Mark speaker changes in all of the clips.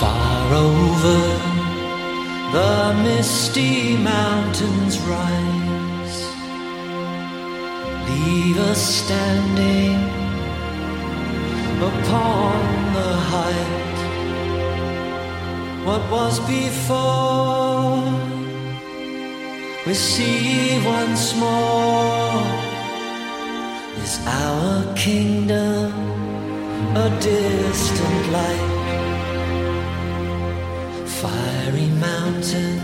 Speaker 1: Far over the misty mountains rise, leave us standing upon the height. What was before, we see once more. Is our kingdom a distant light? fiery mountain.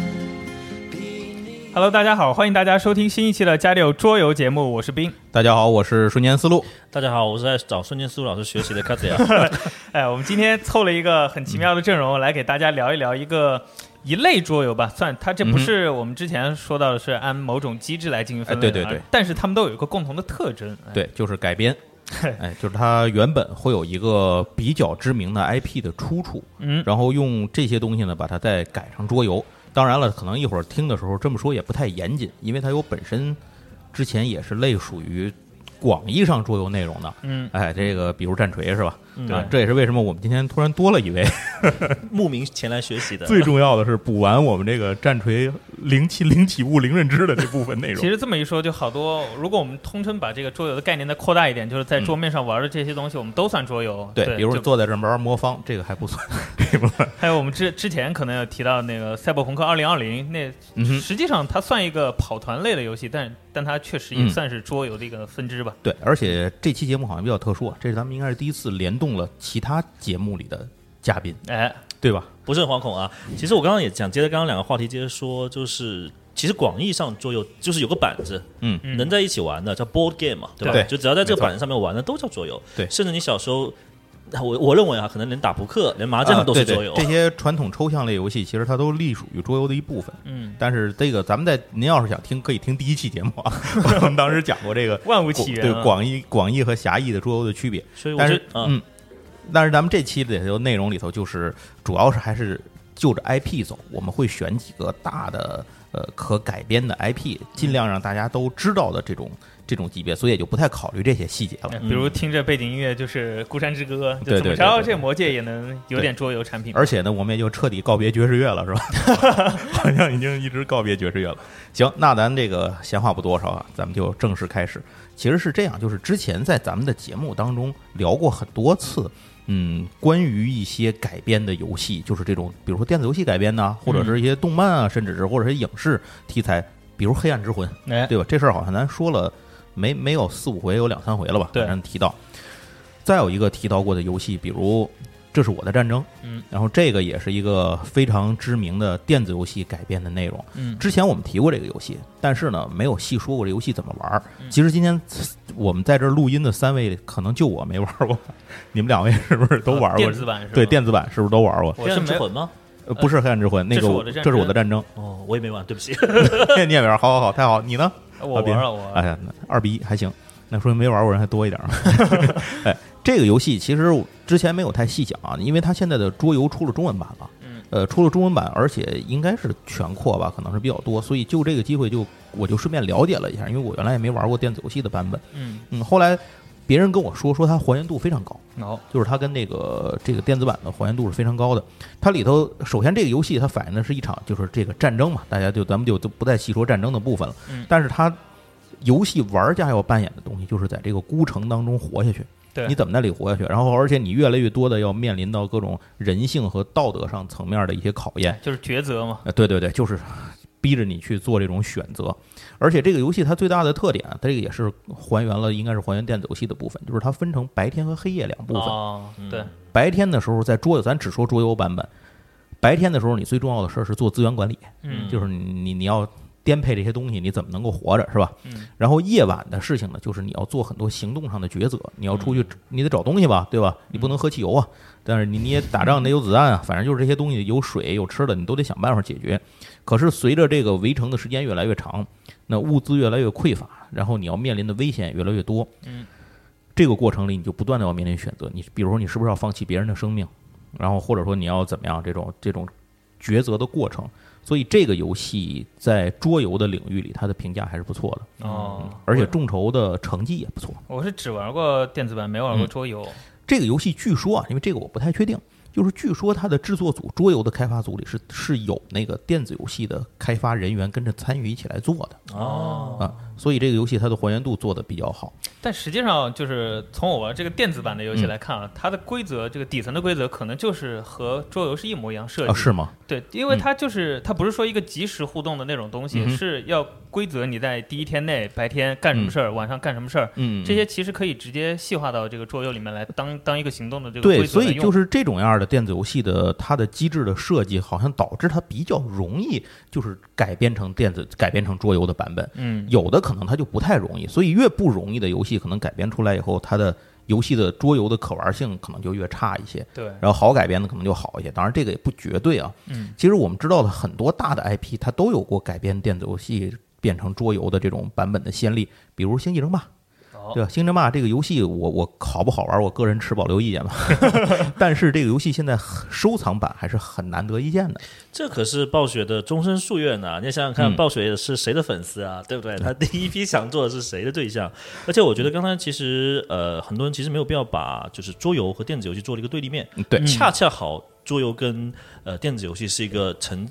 Speaker 2: Hello，大家好，欢迎大家收听新一期的《家里有桌游》节目，我是冰。
Speaker 3: 大家好，我是瞬间思路。
Speaker 4: 大家好，我是在找孙建苏老师学习的卡子呀。
Speaker 2: 哎，我们今天凑了一个很奇妙的阵容，来给大家聊一聊一个一类桌游吧，算它这不是我们之前说到的是按某种机制来进行分类的，
Speaker 3: 嗯哎对对对
Speaker 2: 而但是它们都有一个共同的特征。哎，
Speaker 3: 对，就是改编，哎，就是它原本会有一个比较知名的 IP 的出处，
Speaker 2: 嗯
Speaker 3: 然后用这些东西呢，把它再改上桌游。当然了，可能一会儿听的时候这么说也不太严谨，因为它有本身之前也是类属于广义上桌游内容的。
Speaker 2: 嗯，
Speaker 3: 哎，这个比如战锤是吧？
Speaker 2: 对
Speaker 3: 啊，这也是为什么我们今天突然多了 一位。
Speaker 4: 慕名前来学习的，
Speaker 3: 最重要的是补完我们这个战锤零七零体悟零认知的这部分内容
Speaker 2: 其实这么一说，就好多。如果我们通称把这个桌游的概念再扩大一点，就是在桌面上玩的这些东西，我们都算桌游。
Speaker 3: 嗯对，比如
Speaker 2: 就
Speaker 3: 坐在这儿玩魔方，这个还不算，这个不算。
Speaker 2: 还有我们之之前可能有提到那个《赛博朋克2020》，那
Speaker 3: 嗯哼
Speaker 2: 实际上它算一个跑团类的游戏，但但它确实也
Speaker 3: 嗯
Speaker 2: 算是桌游的一个分支吧。
Speaker 3: 对，而且这期节目好像比较特殊啊，这是咱们应该是第一次联动了其他节目里的嘉宾，
Speaker 2: 哎，
Speaker 3: 对吧？
Speaker 4: 不是很惶恐啊。其实我刚刚也讲，接着刚刚两个话题接着说，就是其实广义上桌游就是有个板子，
Speaker 3: 嗯
Speaker 4: 能在一起玩的叫 board game 嘛，对吧？
Speaker 3: 对
Speaker 4: 就只要在这
Speaker 3: 没
Speaker 4: 个
Speaker 3: 错
Speaker 4: 板子上面玩的都叫桌游。
Speaker 3: 对
Speaker 4: 甚至你小时候，我我认为啊，可能连打扑克、连麻将都是
Speaker 3: 啊对对
Speaker 4: 桌游。
Speaker 3: 这些传统抽象类游戏其实它都隶属于桌游的一部分。
Speaker 2: 嗯，
Speaker 3: 但是这个咱们在您要是想听，可以听第一期节目啊， 我们当时讲过这个
Speaker 2: 万物起源啊
Speaker 3: 对广义、广义和狭义的桌游的区别。
Speaker 4: 所以我
Speaker 3: 但
Speaker 4: 觉
Speaker 3: 是
Speaker 4: 得，啊
Speaker 3: 嗯，但是咱们这期的就内容里头，就是主要是还是就着 IP 走，我们会选几个大的呃可改编的 IP，尽量让大家都知道的这种这种级别，所以也就不太考虑这些细节了。
Speaker 2: 哎
Speaker 4: 嗯
Speaker 2: 比如听着背景音乐就是《孤山之歌》，就
Speaker 3: 嗯
Speaker 2: 怎
Speaker 3: 对
Speaker 2: 么
Speaker 3: 对对
Speaker 2: 着哦
Speaker 3: 对
Speaker 2: 这魔界也能有点桌游产品。
Speaker 3: 而且呢，我们也就彻底告别爵士乐了，是吧？ 好像已经一直告别爵士乐了。行，那咱这个闲话不多说啊，咱们就正式开始。其实是这样，就是之前在咱们的节目当中聊过很多次，嗯，关于一些改编的游戏，就是这种，比如说电子游戏改编呐、或
Speaker 2: 嗯
Speaker 3: 者是一些动漫啊，甚至是或者是影视题材，比如《黑暗之魂》，
Speaker 2: 哎，
Speaker 3: 对吧？这事儿好像咱说了没没有四五回，有两三回了吧？
Speaker 2: 对
Speaker 3: 反正提到。再有一个提到过的游戏，比如《这是我的战争》，
Speaker 2: 嗯，
Speaker 3: 然后这个也是一个非常知名的电子游戏改编的内容。
Speaker 2: 嗯
Speaker 3: 之前我们提过这个游戏，但是呢，没有细说过这游戏怎么玩儿。
Speaker 2: 嗯
Speaker 3: 其实今天我们在这儿录音的三位，可能就我没玩过， 你们两位是不是都玩
Speaker 2: 啊
Speaker 3: 过？
Speaker 2: 电子版是吧
Speaker 3: 对电子版是不是都玩过？
Speaker 2: 我是
Speaker 4: 黑暗之
Speaker 2: 没有
Speaker 4: 魂吗？
Speaker 3: 呃不是《黑暗之魂》，那
Speaker 2: 这
Speaker 3: 个
Speaker 2: 是我的战
Speaker 3: 这是我
Speaker 2: 争
Speaker 3: 的战争，
Speaker 4: 哦，我也没玩，对不起。
Speaker 3: 你也没玩，好好好，太好，你呢？
Speaker 2: 我
Speaker 3: 啊别
Speaker 2: 玩了，我玩了
Speaker 3: 哎呀，那二比一还行，那说明没玩过人还多一点儿。 哎，这个游戏其实我之前没有太细讲啊，因为它现在的桌游出了中文版了，
Speaker 2: 嗯，
Speaker 3: 呃，出了中文版，而且应该是全扩吧，可能是比较多，所以就这个机会就我就顺便了解了一下，因为我原来也没玩过电子游戏的版本，
Speaker 2: 嗯，
Speaker 3: 嗯，后来别人跟我说说它还原度非常高，
Speaker 2: 然后
Speaker 3: 就是它跟那个这个电子版的还原度是非常高的。它里头首先这个游戏它反映的是一场就是这个战争嘛，大家就咱们就就不再细说战争的部分了。
Speaker 2: 嗯
Speaker 3: 但是它游戏玩家要扮演的东西就是在这个孤城当中活下去。
Speaker 2: 对
Speaker 3: 你怎么在里活下去？然后，而且你越来越多的要面临到各种人性和道德上层面的一些考验。
Speaker 2: 就是抉择嘛。
Speaker 3: 呃，对对对，就是逼着你去做这种选择。而且这个游戏它最大的特点，啊它这个也是还原了，应该是还原电子游戏的部分，就是它分成白天和黑夜两部分。嗯
Speaker 2: 哦，对，
Speaker 3: 白天的时候，在桌游，咱只说桌游版本。白天的时候，你最重要的事儿是做资源管理，
Speaker 2: 嗯
Speaker 3: 就是你你要颠沛这些东西，你怎么能够活着，是吧？
Speaker 2: 嗯
Speaker 3: 然后夜晚的事情呢，就是你要做很多行动上的抉择，你要出去，
Speaker 2: 嗯
Speaker 3: 你得找东西吧，对吧？你不能喝汽油啊，但是你你也打仗得有子 弹啊，反正就是这些东西有水有吃的，你都得想办法解决。可是随着这个围城的时间越来越长，那物资越来越匮乏，然后你要面临的危险越来越多。
Speaker 2: 嗯，
Speaker 3: 这个过程里你就不断的要面临选择，你比如说你是不是要放弃别人的生命，然后或者说你要怎么样这种这种抉择的过程。所以这个游戏在桌游的领域里，它的评价还是不错的。
Speaker 2: 哦，
Speaker 3: 而且众筹的成绩也不错。
Speaker 2: 我是只玩过电子版，没
Speaker 3: 嗯
Speaker 2: 玩过桌游。
Speaker 3: 这个游戏据说啊，因为这个我不太确定，就是据说它的制作组、桌游的开发组里是是有那个电子游戏的开发人员跟着参与一起来做的
Speaker 2: 哦，
Speaker 3: 啊，所以这个游戏它的还原度做得比较好。
Speaker 2: 但实际上就是从我玩这个电子版的游
Speaker 3: 嗯
Speaker 2: 戏来看啊，它的规则这个底层的规则可能就是和桌游是一模一样设计
Speaker 3: 啊，
Speaker 2: 的。
Speaker 3: 是吗？
Speaker 2: 对，因为
Speaker 3: 嗯
Speaker 2: 它就是、它不是说一个即时互动的那种东西，
Speaker 3: 嗯哼
Speaker 2: 是要规则你在第一天内白天干什么事儿，晚上干什么事儿，
Speaker 3: 嗯
Speaker 2: 这些其实可以直接细化到这个桌游里面来当当一个行动的这个
Speaker 3: 对，
Speaker 2: 规则
Speaker 3: 所
Speaker 2: 来
Speaker 3: 以
Speaker 2: 用
Speaker 3: 就是这种样的电子游戏的它的机制的设计，好像导致它比较容易就是改编成电子、改编成桌游的版本。
Speaker 2: 嗯
Speaker 3: 有的可能它就不太容易，所以越不容易的游戏，可能改编出来以后，它的游戏的桌游的可玩性可能就越差一些。
Speaker 2: 对
Speaker 3: 然后好改编的可能就好一些，当然这个也不绝对啊。
Speaker 2: 嗯，
Speaker 3: 其实我们知道的很多大的 IP，它都有过改编电子游戏变成桌游的这种版本的先例，比如《星际争霸》。
Speaker 2: 哦
Speaker 3: 对吧？《星际争霸》这个游戏我，我好不好玩，我个人持保留意见 吧。但是这个游戏现在很收藏版还是很难得一见的。
Speaker 4: 这可是暴雪的终身夙愿呐、你也想想
Speaker 3: 嗯
Speaker 4: 看，暴雪是谁的粉丝啊，对不对？他第一批想做的是谁的对象？而且我觉得刚才其实呃，很多人其实没有必要把就是桌游和电子游戏做了一个对立面，
Speaker 3: 嗯对，
Speaker 4: 恰恰好桌游跟呃电子游戏是一个承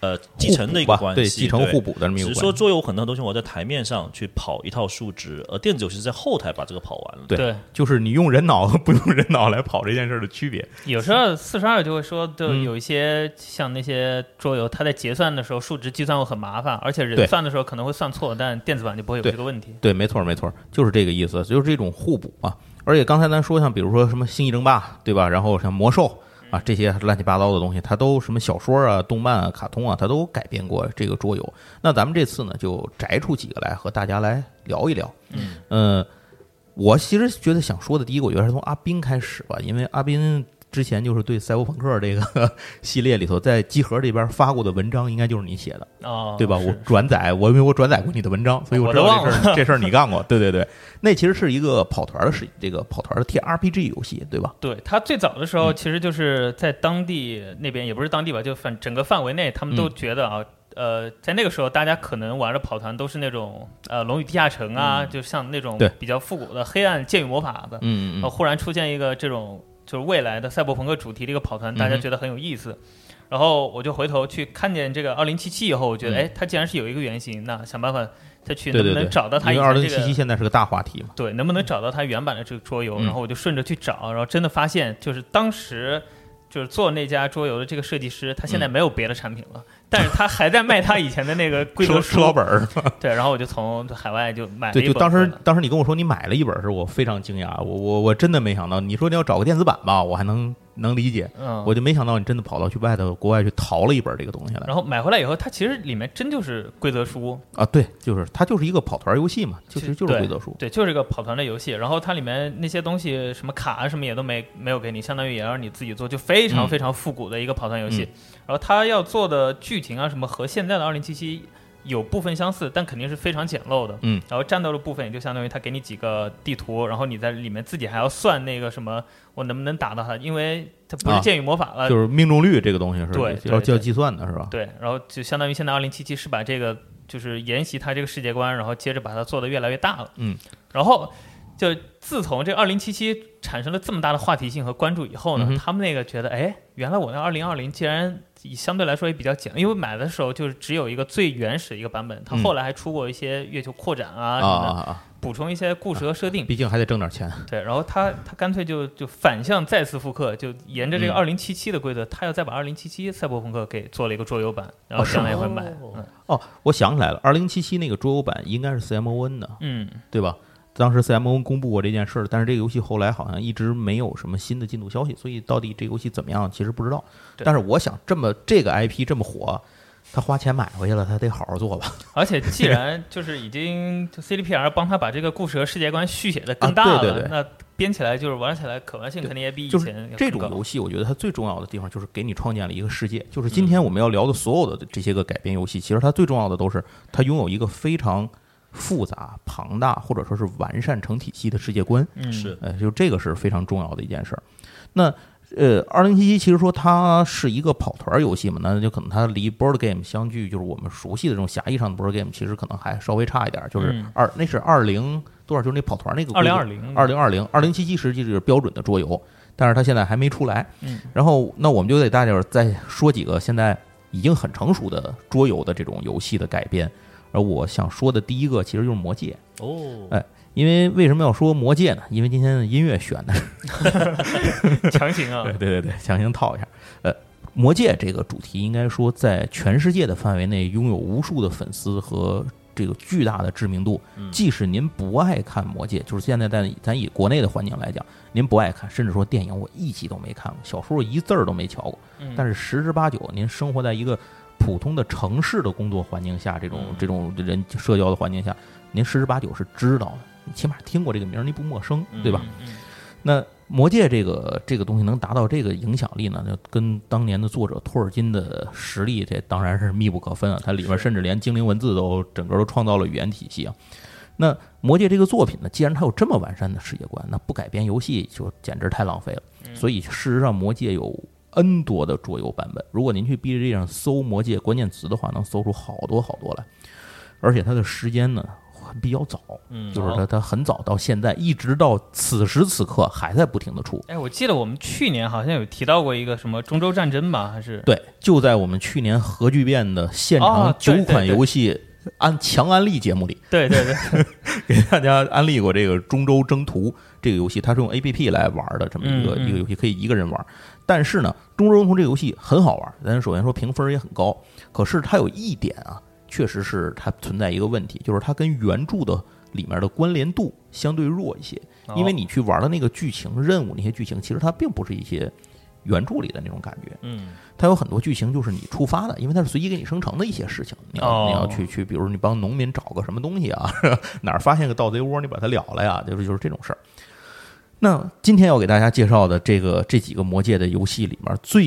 Speaker 4: 呃继
Speaker 3: 互
Speaker 4: 承
Speaker 3: 补
Speaker 4: 的一个
Speaker 3: 吧
Speaker 4: 关系，
Speaker 3: 对，继承互补的这么一
Speaker 4: 只
Speaker 3: 个关
Speaker 4: 是
Speaker 3: 系。
Speaker 4: 说桌游很多东西我在台面上去跑一套数值，而电子游戏是在后台把这个跑完了。
Speaker 3: 对
Speaker 2: 对，
Speaker 3: 就是你用人脑和不用人脑来跑这件事儿的区别。
Speaker 2: 有时候四十二就会说，就
Speaker 3: 嗯
Speaker 2: 有一些像那些桌游，它在结算的时候数值计算会很麻烦，而且
Speaker 3: 对
Speaker 2: 人算的时候可能会算错，但电子版就不会有
Speaker 3: 对
Speaker 2: 这个问题。
Speaker 3: 对，没错儿，没错儿，就是这个意思，就是这种互补嘛。而且刚才咱说，像比如说什么《星际争霸》，对吧？然后像《魔兽》啊，这些乱七八糟的东西，它都什么小说啊、动漫啊、卡通啊，它都改编过这个桌游。那咱们这次呢，就摘出几个来和大家来聊一聊。
Speaker 2: 嗯，
Speaker 3: 呃，我其实觉得想说的第一个，我觉得还是从阿斌开始吧，因为阿斌之前就是对赛博朋克这个 系列里头，在集合这边发过的文章，应该就是你写的。
Speaker 2: 哦，
Speaker 3: 对吧？
Speaker 2: 是哦
Speaker 3: 我转载，我因为我转载过你的文章，所以
Speaker 2: 我
Speaker 3: 知
Speaker 2: 都
Speaker 3: 道
Speaker 2: 忘
Speaker 3: 这事 儿这事儿你干过。对对对，那其实是一个跑团的事，这个跑团的 T R P G 游戏，对吧？
Speaker 2: 对他最早的时候，
Speaker 3: 嗯
Speaker 2: 其实就是在当地那边，也不是当地吧，就反整个范围内，他们都
Speaker 3: 嗯
Speaker 2: 觉得啊，呃，在那个时候，大家可能玩的跑团都是那种呃《龙与地下城》啊，就像那种
Speaker 3: 嗯对
Speaker 2: 比较复古的黑暗剑与魔法的，
Speaker 3: 嗯
Speaker 2: 呃，忽然出现一个这种就是未来的赛博朋克主题的一个跑团，大家
Speaker 3: 嗯哼
Speaker 2: 觉得很有意思。然后我就回头去看见这个二零七七以后，我觉得
Speaker 3: 嗯
Speaker 2: 哎，它既然是有一个原型，那想办法再去
Speaker 3: 对
Speaker 2: 能不
Speaker 3: 对对，
Speaker 2: 能找到它以
Speaker 3: 因为二
Speaker 2: 前
Speaker 3: 零
Speaker 2: 这
Speaker 3: 七七
Speaker 2: 个。
Speaker 3: 现在是个大话题嘛。
Speaker 2: 对，能不能找到它原版的这个桌游？
Speaker 3: 嗯
Speaker 2: 然后我就顺着去找，然后真的发现，就是当时就是做那家桌游的这个设计师，他
Speaker 3: 嗯
Speaker 2: 现在没有别的产品了，但是他还在卖他以前的那个规
Speaker 3: 吃
Speaker 2: 则
Speaker 3: 吃
Speaker 2: 书。
Speaker 3: 老本儿，
Speaker 2: 对，然后我就从海外就买了一本
Speaker 3: 对，
Speaker 2: 回来。
Speaker 3: 就当时当时你跟我说你买了一本儿时，我非常惊讶，我我我真的没想到，你说你要找个电子版吧，我还能能理解，
Speaker 2: 嗯，
Speaker 3: 我就没想到你真的跑到去外头国外去淘了一本儿这个东西来
Speaker 2: 然后买回来以后，它其实里面真就是规则书，
Speaker 3: 啊！对，就是它就是一个跑团游戏嘛，其实就是
Speaker 2: 对
Speaker 3: 规则书，
Speaker 2: 对，就是个跑团的游戏。然后它里面那些东西，什么卡啊什么也都没没有给你，相当于也让你自己做，就非常
Speaker 3: 嗯
Speaker 2: 非常复古的一个跑团游戏。然后它要做的剧情啊什么和现在的二零七七有部分相似，但肯定是非常简陋的。
Speaker 3: 嗯，
Speaker 2: 然后战斗的部分也就相当于它给你几个地图，然后你在里面自己还要算那个什么我能不能打到它，因为它不
Speaker 3: 啊
Speaker 2: 是剑与魔法了，
Speaker 3: 就是命中率这个东西是
Speaker 2: 对对
Speaker 3: 要要
Speaker 2: 对
Speaker 3: 计算的是吧？
Speaker 2: 对，然后就相当于现在二零七七是把这个就是沿袭它这个世界观，然后接着把它做得越来越大了。
Speaker 3: 嗯，
Speaker 2: 然后就自从这二零七七产生了这么大的话题性和关注以后呢，
Speaker 3: 嗯哼
Speaker 2: 他们那个觉得，哎，原来我那二零二零既然相对来说也比较简单，因为买的时候就是只有一个最原始的一个版本，它
Speaker 3: 嗯
Speaker 2: 后来还出过一些月球扩展啊
Speaker 3: 啊
Speaker 2: 什么的，
Speaker 3: 啊啊！
Speaker 2: 补充一些故事和设定。
Speaker 3: 毕竟还得挣点钱。
Speaker 2: 对，然后他他干脆就就反向再次复刻，就沿着这个
Speaker 3: 嗯
Speaker 2: 二零七七的规则，他要再把二零七七赛博朋克给做了一个桌游版，然后
Speaker 3: 哦是
Speaker 2: 将来
Speaker 3: 吗
Speaker 2: 也会买。
Speaker 4: 哦
Speaker 3: 哦，我想起来了，二零七七那个桌游版应该是 CMON 的，
Speaker 2: 嗯嗯，
Speaker 3: 对吧？当时 CMON 公布过这件事儿，但是这个游戏后来好像一直没有什么新的进度消息，所以到底这个游戏怎么样，其实不知道。
Speaker 2: 对
Speaker 3: 但是我想，这么这个 IP 这么火，他花钱买回去了，他得好好做吧？
Speaker 2: 而且既然就是已经就 CDPR 帮他把这个故事和世界观续写的更大了，
Speaker 3: 啊对对对
Speaker 2: 那编起来就是玩起来可玩性
Speaker 3: 对
Speaker 2: 肯定也比以
Speaker 3: 就
Speaker 2: 前
Speaker 3: 是
Speaker 2: 要
Speaker 3: 这
Speaker 2: 更
Speaker 3: 种
Speaker 2: 高
Speaker 3: 游戏，我觉得它最重要的地方就是给你创建了一个世界。就是今天我们要聊的所有的这些个改编游戏，其实它最重要的都是它拥有一个非常复杂、庞大或者说是完善成体系的世界观。
Speaker 2: 嗯
Speaker 4: 是
Speaker 3: 呃，就这个是非常重要的一件事儿。那呃，二零七七其实说它是一个跑团儿游戏嘛，那就可能它离 board game 相距，就是我们熟悉的这种狭义上的 board game，其实可能还稍微差一点儿。就是
Speaker 2: 嗯
Speaker 3: 二、那是二零多少，就是那跑团儿那个
Speaker 2: 2020
Speaker 3: 二零二零二零七七实际是标准的桌游，但是它现在还没出来。
Speaker 2: 嗯，
Speaker 3: 然后那我们就得大家伙儿再说几个现在已经很成熟的桌游的这种游戏的改编。而我想说的第一个其实就是《魔戒》，
Speaker 4: 哦，
Speaker 3: 哎因为为什么要说《魔戒》呢？因为今天的音乐选的是，，
Speaker 2: 强行啊
Speaker 3: 对对对，强行套一下。呃，《魔戒》这个主题应该说在全世界的范围内拥有无数的粉丝和这个巨大的知名度。
Speaker 2: 嗯
Speaker 3: 即使您不爱看《魔戒》，就是现在在咱以国内的环境来讲，您不爱看，甚至说电影我一集都没看过，小说一字儿都没瞧过。
Speaker 2: 嗯
Speaker 3: 但是十之八九，您生活在一个普通的城市的工作环境下，这种
Speaker 4: 嗯
Speaker 3: 这种人社交的环境下，您十之八九是知道的，你起码听过这个名儿，你不陌生，对吧？
Speaker 2: 嗯嗯
Speaker 3: 那《魔戒》这个这个东西能达到这个影响力呢，就跟当年的作者托尔金的实力，这当然是密不可分啊。它里面甚至连精灵文字都整个都创造了语言体系啊。那《魔戒》这个作品呢，既然它有这么完善的世界观，那不改编游戏就简直太浪费了。所以事实上，《魔戒》有 N 多的桌游版本。如果您去 B G 上搜《魔戒》关键词的话，能搜出好多好多来。而且它的时间呢比较早，
Speaker 4: 嗯
Speaker 3: 就是
Speaker 4: 好
Speaker 3: 它它很早到现在，一直到此时此刻还在不停的出。
Speaker 2: 哎，我记得我们去年好像有提到过一个什么中州战争吧，还是
Speaker 3: 对，就在我们去年核聚变的现
Speaker 2: 哦
Speaker 3: 场
Speaker 2: 对
Speaker 3: 九
Speaker 2: 对
Speaker 3: 款
Speaker 2: 对
Speaker 3: 游戏安强安利节目里，
Speaker 2: 对对对，
Speaker 3: 给大家安利过这个《中州征途》这个游戏，它是用 A P P 来玩的这么一个
Speaker 2: 嗯嗯
Speaker 3: 一个游戏，可以一个人玩。但是呢，《中州征途》这个游戏很好玩，咱首先说评分也很高，可是它有一点啊，确实是它存在一个问题，就是它跟原著的里面的关联度相对弱一些，因为
Speaker 2: 哦
Speaker 3: 你去玩的那个剧情任务那些剧情，其实它并不是一些原著里的那种感觉。
Speaker 4: 嗯
Speaker 3: 它有很多剧情就是你触发的，因为它是随机给你生成的一些事情，你要、
Speaker 2: 哦
Speaker 3: 你要去去，比如你帮农民找个什么东西啊， 哪儿发现个盗贼窝，你把它了了呀，就是就是这种事儿。那今天要给大家介绍的这个这几个魔界的游戏里面最，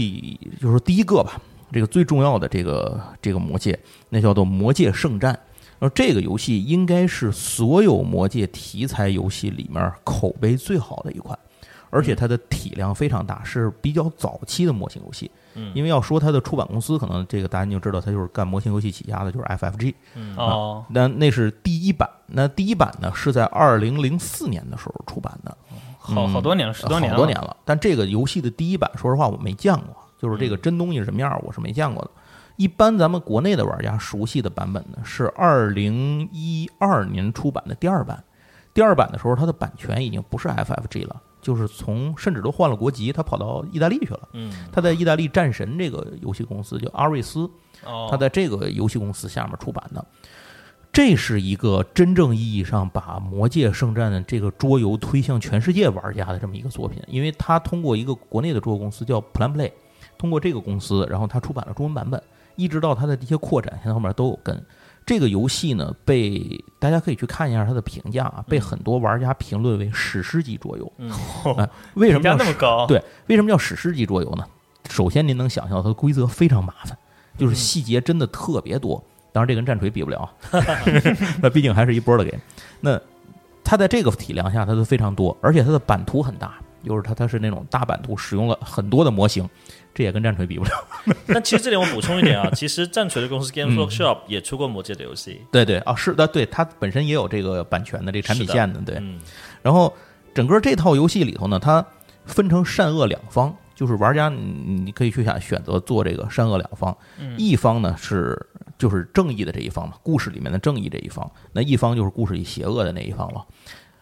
Speaker 3: 就是说第一个吧，这个最重要的这个这个魔界，那叫做《魔界圣战》。然后这个游戏应该是所有魔界题材游戏里面口碑最好的一款，而且它的体量非常大，是比较早期的模型游戏。
Speaker 4: 嗯
Speaker 3: 因为要说它的出版公司，可能这个大家就知道，它就是干模型游戏起家的，就是 FFG。
Speaker 4: 嗯
Speaker 2: 哦，
Speaker 3: 那那是第一版，那第一版呢是在二零零四年的时候出版的，
Speaker 2: 好好多年了，十多年了，
Speaker 3: 嗯好多年了。但这个游戏的第一版，说实话我没见过，就是这个
Speaker 2: 嗯
Speaker 3: 真东西是什么样儿，我是没见过的。一般咱们国内的玩家熟悉的版本呢，是二零一二年出版的第二版。第二版的时候，它的版权已经不是 FFG 了，就是从甚至都换了国籍，它跑到意大利去了。
Speaker 4: 嗯
Speaker 3: 它在意大利战神这个游戏公司叫阿瑞斯，
Speaker 2: 哦，
Speaker 3: 它在这个游戏公司下面出版的。这是一个真正意义上把《魔界圣战》这个桌游推向全世界玩家的这么一个作品，因为它通过一个国内的桌游公司叫 Plan Play，通过这个公司，然后它出版了中文版本，一直到它的这些扩展，现在后面都有跟。这个游戏呢，被大家可以去看一下它的评价啊，被很多玩家评论为史诗级桌游。
Speaker 4: 嗯
Speaker 3: 啊为什
Speaker 2: 评价
Speaker 3: 么叫
Speaker 2: 那么
Speaker 4: 哦
Speaker 2: 高？
Speaker 3: 对，为什么叫史诗级桌游呢？首先，您能想象到它的规则非常麻烦，
Speaker 4: 嗯
Speaker 3: 就是细节真的特别多。当然，这跟战锤比不了啊， 那毕竟还是一波的 game。那它在这个体量下，它都非常多，而且它的版图很大，就是它它是那种大版图，使用了很多的模型，这也跟战锤比不了。
Speaker 4: 但其实这里我补充一点啊，其实战锤的公司
Speaker 3: 嗯
Speaker 4: Games Workshop 也出过《魔戒》的游戏，
Speaker 3: 对对啊，是的，对它本身也有这个版权的这个产品
Speaker 4: 是的
Speaker 3: 线的，对。
Speaker 4: 嗯
Speaker 3: 然后整个这套游戏里头呢，它分成善恶两方，就是玩家你你可以去想选择做这个善恶两方，一方呢是就是正义的这一方嘛，故事里面的正义这一方，那一方就是故事里邪恶的那一方了。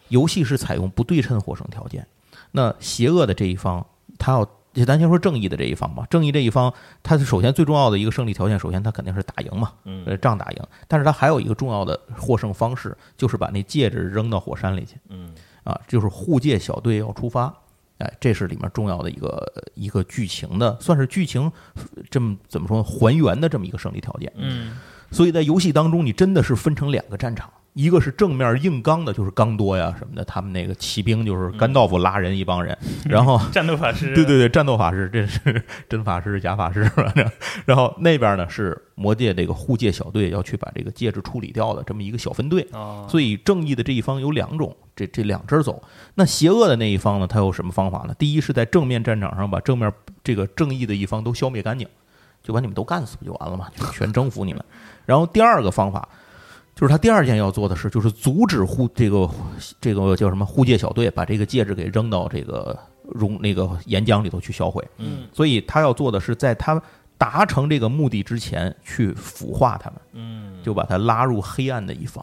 Speaker 3: 游戏是采用不对称获胜条件，那邪恶的这一方，他要咱先说正义的这一方吧。正义这一方，他是首先最重要的一个胜利条件，首先他肯定是打赢嘛，
Speaker 4: 嗯
Speaker 3: 呃，仗打赢。但是他还有一个重要的获胜方式，就是把那戒指扔到火山里去。
Speaker 4: 嗯，
Speaker 3: 啊，就是护戒小队要出发。哎，这是里面重要的一个一个剧情的，算是剧情这么怎么说还原的这么一个胜利条件。
Speaker 2: 嗯，
Speaker 3: 所以在游戏当中，你真的是分成两个战场，一个是正面硬刚的，就是刚多呀什么的，他们那个骑兵就是甘道夫拉人一帮人，然后
Speaker 2: 战斗法师，
Speaker 3: 对对对，战斗法师，这是 真法师、假法师，反正 然后那边呢是魔界这个护戒小队要去把这个戒指处理掉的这么一个小分队。
Speaker 2: 哦，
Speaker 3: 所以正义的这一方有两种，这这两支儿走。那邪恶的那一方呢，他有什么方法呢？第一是在正面战场上把正面这个正义的一方都消灭干净，就把你们都干死不就完了吗？就全征服你们。然后第二个方法。就是他第二件要做的事，就是阻止护这个这个叫什么护戒小队把这个戒指给扔到这个熔那个岩浆里头去销毁。
Speaker 2: 嗯，
Speaker 3: 所以他要做的是在他达成这个目的之前去腐化他们，
Speaker 4: 嗯，
Speaker 3: 就把他拉入黑暗的一方。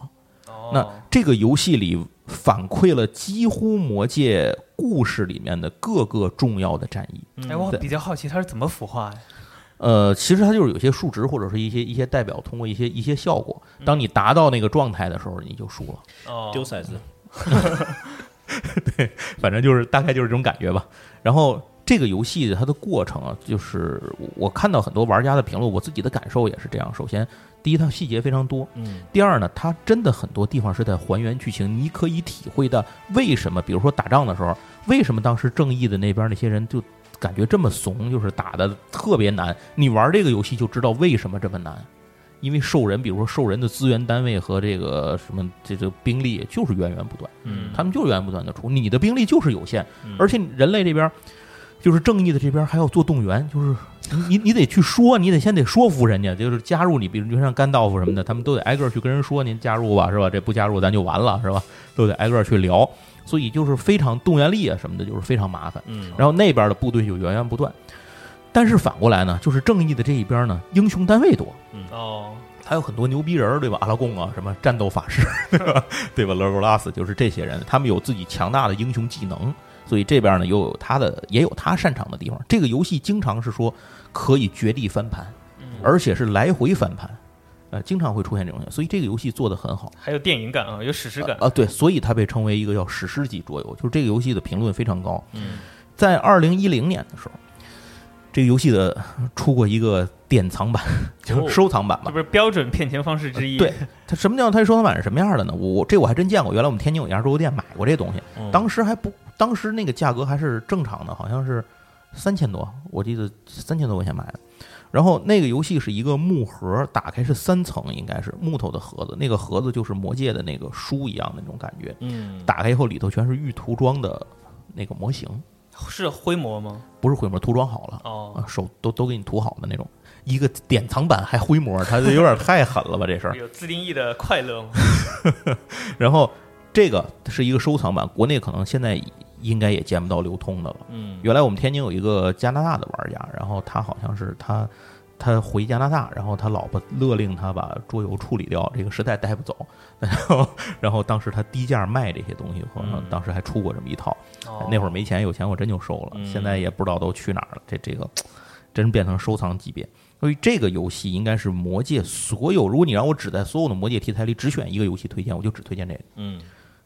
Speaker 2: 哦
Speaker 3: 那这个游戏里反馈了几乎魔界故事里面的各个重要的战役。
Speaker 2: 哎，我
Speaker 3: 对
Speaker 2: 比较好奇它是怎么腐化呀？
Speaker 3: 呃，其实它就是有些数值或者是一些一些代表，通过一些一些效果，
Speaker 2: 嗯
Speaker 3: 当你达到那个状态的时候，你就输了。
Speaker 2: 哦
Speaker 4: 丢骰
Speaker 3: 嗯
Speaker 4: 子，
Speaker 3: 反正就是大概就是这种感觉吧。然后这个游戏它的过程啊，就是我看到很多玩家的评论，我自己的感受也是这样。首先，第一，它细节非常多；
Speaker 4: 嗯
Speaker 3: 第二呢，它真的很多地方是在还原剧情，你可以体会到为什么，比如说打仗的时候，为什么当时正义的那边那些人就感觉这么怂，就是打的特别难。你玩这个游戏就知道为什么这么难。因为兽人，比如说兽人的资源单位和这个什么这这个兵力就是源源不断，
Speaker 4: 嗯，
Speaker 3: 他们就是源源不断的出，你的兵力就是有限，
Speaker 4: 嗯
Speaker 3: 而且人类这边就是正义的这边还要做动员，就是你你你得去说，你得先得说服人家，就是加入你，比如就像甘道夫什
Speaker 4: 嗯
Speaker 3: 么的，他们都得挨个儿去跟人说，您加入吧，是吧？这不加入咱就完了，是吧？都得挨个儿去聊，所以就是非常动员力啊什么的，就是非常麻烦。
Speaker 4: 嗯，
Speaker 3: 然后那边的部队就源源不断，但是反过来呢，就是正义的这一边呢，英雄单位多，
Speaker 2: 哦，
Speaker 3: 还有很多牛逼人儿，对吧？阿拉贡啊，什么战斗法师， 对吧？对吧？勒格拉斯就是这些人，他们有自己强大的英雄技能，所以这边呢又有他的，也有他擅长的地方。这个游戏经常是说可以绝地翻盘，而且是来回翻盘，呃，经常会出现这种情况，所以这个游戏做得很好。
Speaker 2: 还有电影感啊，有史诗感。
Speaker 3: 啊，对，所以它被称为一个叫史诗级桌游，就是这个游戏的评论非常高。
Speaker 4: 嗯，
Speaker 3: 在二零一零年的时候，这个游戏的出过一个典藏版，就是收藏版吧
Speaker 2: 这。不是标准骗钱方式之一？
Speaker 3: 呃对，它什么叫它收藏版是什么样的呢？我我这我还真见过，原来我们天津有一家桌游店买过这东西，
Speaker 4: 嗯
Speaker 3: 当时还不，当时那个价格还是正常的，好像是三千多，我记得三千多块钱买的。然后那个游戏是一个木盒，打开是三层，应该是木头的盒子，那个盒子就是魔界的那个书一样的那种感觉。
Speaker 4: 嗯
Speaker 3: 打开以后里头全是预涂装的那个模型，
Speaker 2: 是灰模吗？
Speaker 3: 不是灰模，涂装好了。
Speaker 2: 哦
Speaker 3: 啊，，手都都给你涂好的那种，一个典藏版还灰模，它有点太狠了吧 这事儿。
Speaker 2: 有自定义的快乐吗？
Speaker 3: 然后这个是一个收藏版，国内可能现在应该也见不到流通的了。
Speaker 4: 嗯
Speaker 3: 原来我们天津有一个加拿大的玩家，然后他好像是他他回加拿大，然后他老婆勒令他把桌游处理掉，这个实在带不走。 然后然后当时他低价卖这些东西，好像
Speaker 4: 嗯
Speaker 3: 当时还出过这么一套。
Speaker 2: 哦
Speaker 3: 那会儿没钱，有钱我真就收了。
Speaker 4: 嗯
Speaker 3: 现在也不知道都去哪儿了，这这个真变成收藏级别。所以这个游戏应该是魔界所有，如果你让我只在所有的魔界题材里只选一个游戏推荐，我就只推荐这个。
Speaker 4: 嗯，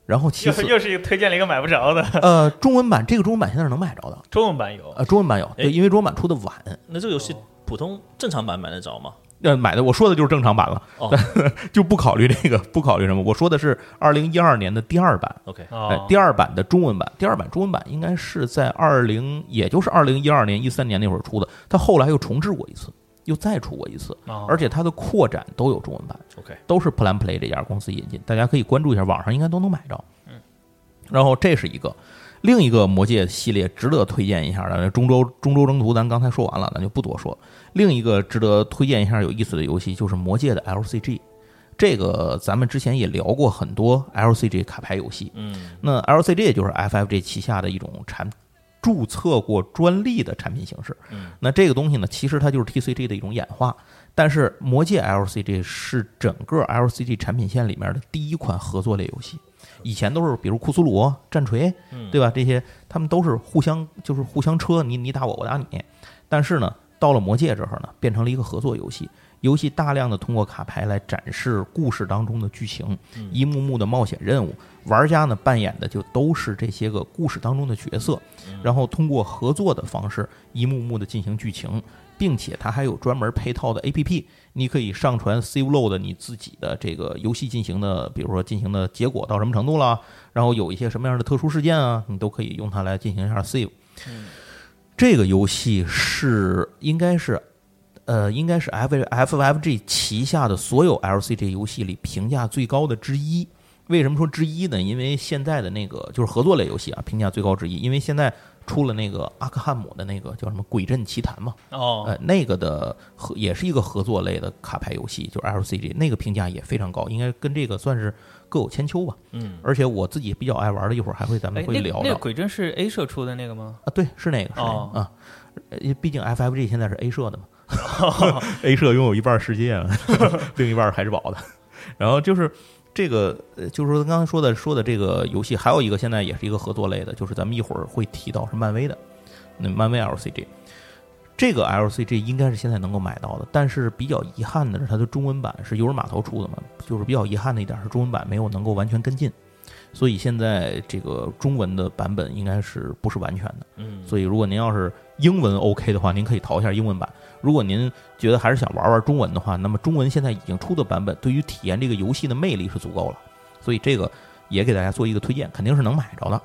Speaker 3: 然后其
Speaker 2: 又
Speaker 3: 次，
Speaker 2: 又是一个推荐了一个买不着的
Speaker 3: 呃，中文版这个中文版现在是能买着的，
Speaker 2: 中文版有，
Speaker 3: 呃，中文版有，对，
Speaker 4: 哎
Speaker 3: 因为中文版出的晚，
Speaker 4: 那这个游戏普通正常版买得着吗？
Speaker 3: 呃，买的我说的就是正常版了，
Speaker 4: 哦
Speaker 3: 就不考虑这个，不考虑什么，我说的是二零一二年的第二版，
Speaker 4: ，OK，
Speaker 3: 哎
Speaker 2: 哦，，
Speaker 3: 第二版的中文版，第二版中文版应该是在二零，也就是二零一二年、一三年那会儿出的。它后来又重置过一次，又再出过一次，
Speaker 2: 哦
Speaker 3: 而且它的扩展都有中文版
Speaker 4: OK
Speaker 3: 都是 Plan Play 这家公司引进，大家可以关注一下，网上应该都能买着。嗯，然后这是一个，另一个魔界系列值得推荐一下的，中州中州征途咱刚才说完了，咱就不多说。另一个值得推荐一下有意思的游戏就是魔界的 LCG。这个咱们之前也聊过很多 LCG 卡牌游戏，
Speaker 4: 嗯
Speaker 3: 那 LCG 也就是 FFG 旗下的一种产注册过专利的产品形式。
Speaker 4: 嗯
Speaker 3: 那这个东西呢，其实它就是 TCG 的一种演化。但是《魔界 LCG》是整个 LCG 产品线里面的第一款合作类游戏。以前都是比如库苏鲁、战锤，对吧？这些他们都是互相就是互相车，你你打我，我打你。但是呢，到了《魔界》这儿呢，变成了一个合作游戏。游戏大量的通过卡牌来展示故事当中的剧情，一幕幕的冒险任务，玩家呢扮演的就都是这些个故事当中的角色，然后通过合作的方式，一幕幕的进行剧情，并且它还有专门配套的 APP，你可以上传 save load 你自己的这个游戏进行的，比如说进行的结果到什么程度了，然后有一些什么样的特殊事件啊，你都可以用它来进行一下 save。这个游戏是应该是呃，应该是 F F F G 旗下的所有 L C G 游戏里评价最高的之一。为什么说之一呢？因为现在的那个就是合作类游戏啊，评价最高之一。因为现在出了那个阿克汉姆的那个叫什么《鬼阵奇谭》嘛，
Speaker 2: 哦，
Speaker 3: 呃，那个的合也是一个合作类的卡牌游戏，就是 L C G，那个评价也非常高，应该跟这个算是各有千秋吧。
Speaker 4: 嗯，
Speaker 3: 而且我自己比较爱玩的，一会儿还会咱们
Speaker 2: 哎，
Speaker 3: 会
Speaker 2: 那
Speaker 3: 聊
Speaker 2: 那个
Speaker 3: 聊。
Speaker 2: 鬼阵是 A 社出的那个吗？
Speaker 3: 啊，对，是那个，是那个、
Speaker 2: 哦
Speaker 3: 啊，呃毕竟 F F G 现在是 A 社 的嘛。
Speaker 2: 哦
Speaker 3: A 社拥有一半世界， 另一半是海之宝的。然后就是这个，呃就是说刚才说的说的这个游戏，还有一个现在也是一个合作类的，就是咱们一会儿会提到是漫威的，那漫威 LCG。这个 LCG 应该是现在能够买到的，但是比较遗憾的是，它的中文版是游人码头出的嘛，就是比较遗憾的一点是中文版没有能够完全跟进，所以现在这个中文的版本应该是不是完全的。
Speaker 4: 嗯，
Speaker 3: 所以如果您要是英文 OK 的话，您可以淘一下英文版。如果您觉得还是想玩玩中文的话，那么中文现在已经出的版本，对于体验这个游戏的魅力是足够了。所以这个也给大家做一个推荐，肯定是能买着的。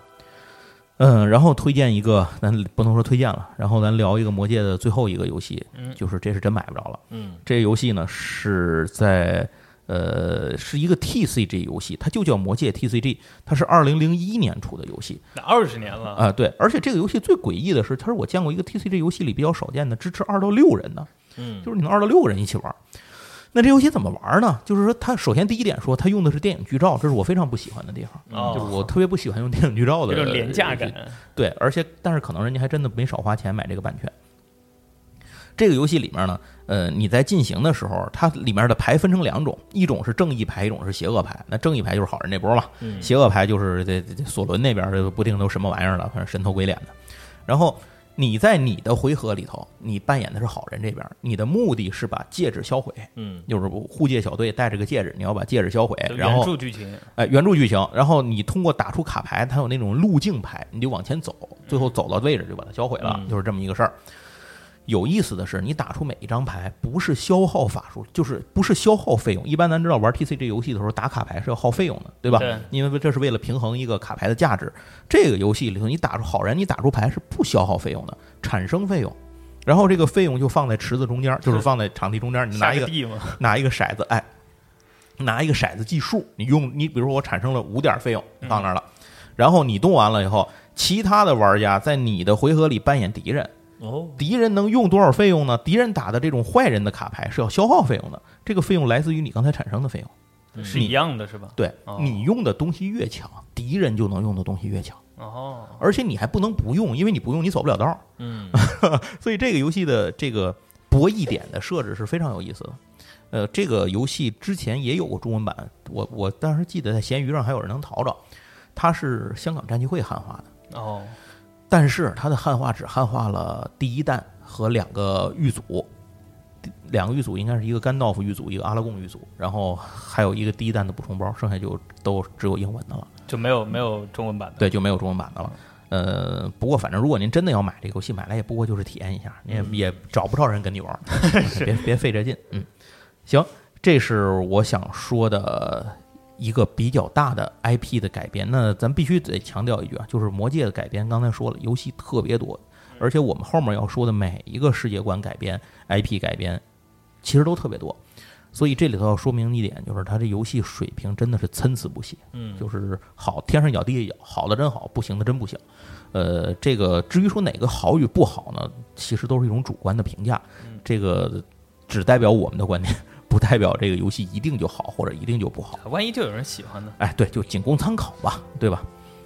Speaker 3: 嗯，然后推荐一个，咱不能说推荐了，然后咱聊一个《魔界》的最后一个游戏，
Speaker 2: 嗯
Speaker 3: 就是这是真买不着了。
Speaker 4: 嗯
Speaker 3: 这游戏呢是在呃是一个 TCG 游戏，它就叫《魔界 TCG》，它是二零零一年出的游戏。
Speaker 2: 那二十年了，
Speaker 3: 啊、对，而且这个游戏最诡异的是，它是我见过一个 TCG 游戏里比较少见的支持二到六人的，
Speaker 4: 嗯，
Speaker 3: 就是你能二到六个人一起玩儿。那这游戏怎么玩儿呢？就是说，它首先第一点说，它用的是电影剧照，这是我非常不喜欢的地方，
Speaker 2: 哦
Speaker 3: 就是我特别不喜欢用电影剧照的
Speaker 2: 有种廉价感。
Speaker 3: 对，而且但是可能人家还真的没少花钱买这个版权。这个游戏里面呢，呃，你在进行的时候，它里面的牌分成两种，一种是正义牌，一种是邪恶牌。那正义牌就是好人那波嘛，邪恶牌就是这这这索伦那边儿不定都什么玩意儿了，反正神头鬼脸的。然后你在你的回合里头，你扮演的是好人这边儿，你的目的是把戒指销毁，
Speaker 4: 嗯，
Speaker 3: 就是护戒小队带着个戒指，你要把戒指销毁，
Speaker 2: 就
Speaker 3: 然后
Speaker 2: 原著剧情，
Speaker 3: 哎，原著剧情，然后你通过打出卡牌，它有那种路径牌，你就往前走，最后走到位置就把它销毁了，
Speaker 4: 嗯
Speaker 3: 就是这么一个事儿。有意思的是，你打出每一张牌不是消耗法术，就是不是消耗费用。一般咱知道玩 TCG 游戏的时候打卡牌是要耗费用的，对吧？
Speaker 2: 对
Speaker 3: 因为这是为了平衡一个卡牌的价值。这个游戏里头，你打出好人，你打出牌是不消耗费用的，产生费用。然后这个费用就放在池子中间，就是放在场地中间，你拿
Speaker 2: 下
Speaker 3: 一
Speaker 2: 个
Speaker 3: 个
Speaker 2: 地嘛，
Speaker 3: 拿一个骰子，哎，拿一个骰子计数。你用你比如说我产生了五点费用
Speaker 2: 嗯
Speaker 3: 放那儿了，然后你动完了以后，其他的玩家在你的回合里扮演敌人，
Speaker 4: 哦，
Speaker 3: 敌人能用多少费用呢？敌人打的这种坏人的卡牌是要消耗费用的，这个费用来自于你刚才产生的费用。
Speaker 2: 是一样的，是吧？
Speaker 3: 对
Speaker 2: 哦
Speaker 3: 你用的东西越强，敌人就能用的东西越强。
Speaker 2: 哦，
Speaker 3: 而且你还不能不用，因为你不用你走不了道。
Speaker 4: 嗯，
Speaker 3: 所以这个游戏的这个博弈点的设置是非常有意思的。呃，这个游戏之前也有过中文版，我我当时记得在闲鱼上还有人能淘着，它是香港战棋会汉化的，
Speaker 2: 哦，
Speaker 3: 但是它的汉化只汉化了第一弹和两个狱卒，两个狱卒应该是一个甘道夫狱卒，一个阿拉贡狱卒，然后还有一个第一弹的补充包，剩下就都只有英文的了。
Speaker 2: 就没有没有中文版的。
Speaker 3: 对，就没有中文版的了。呃，不过反正如果您真的要买这个游戏，买来也不过就是体验一下，你也、
Speaker 2: 嗯
Speaker 3: 也找不着人跟你 玩儿， 别别费这劲。嗯，行，这是我想说的一个比较大的 IP 的改编。那咱必须得强调一句啊，就是《魔界》的改编，刚才说了，游戏特别多，而且我们后面要说的每一个世界观改编、IP 改编，其实都特别多。所以这里头要说明一点，就是它这游戏水平真的是参差不齐。
Speaker 4: 嗯，
Speaker 3: 就是好天上一脚地下一脚，好的真好，不行的真不行。呃，这个至于说哪个好与不好呢，其实都是一种主观的评价，这个只代表我们的观点，不代表这个游戏一定就好或者一定就不好。
Speaker 2: 万一就有人喜欢呢？
Speaker 3: 哎，对，就仅供参考吧，对吧？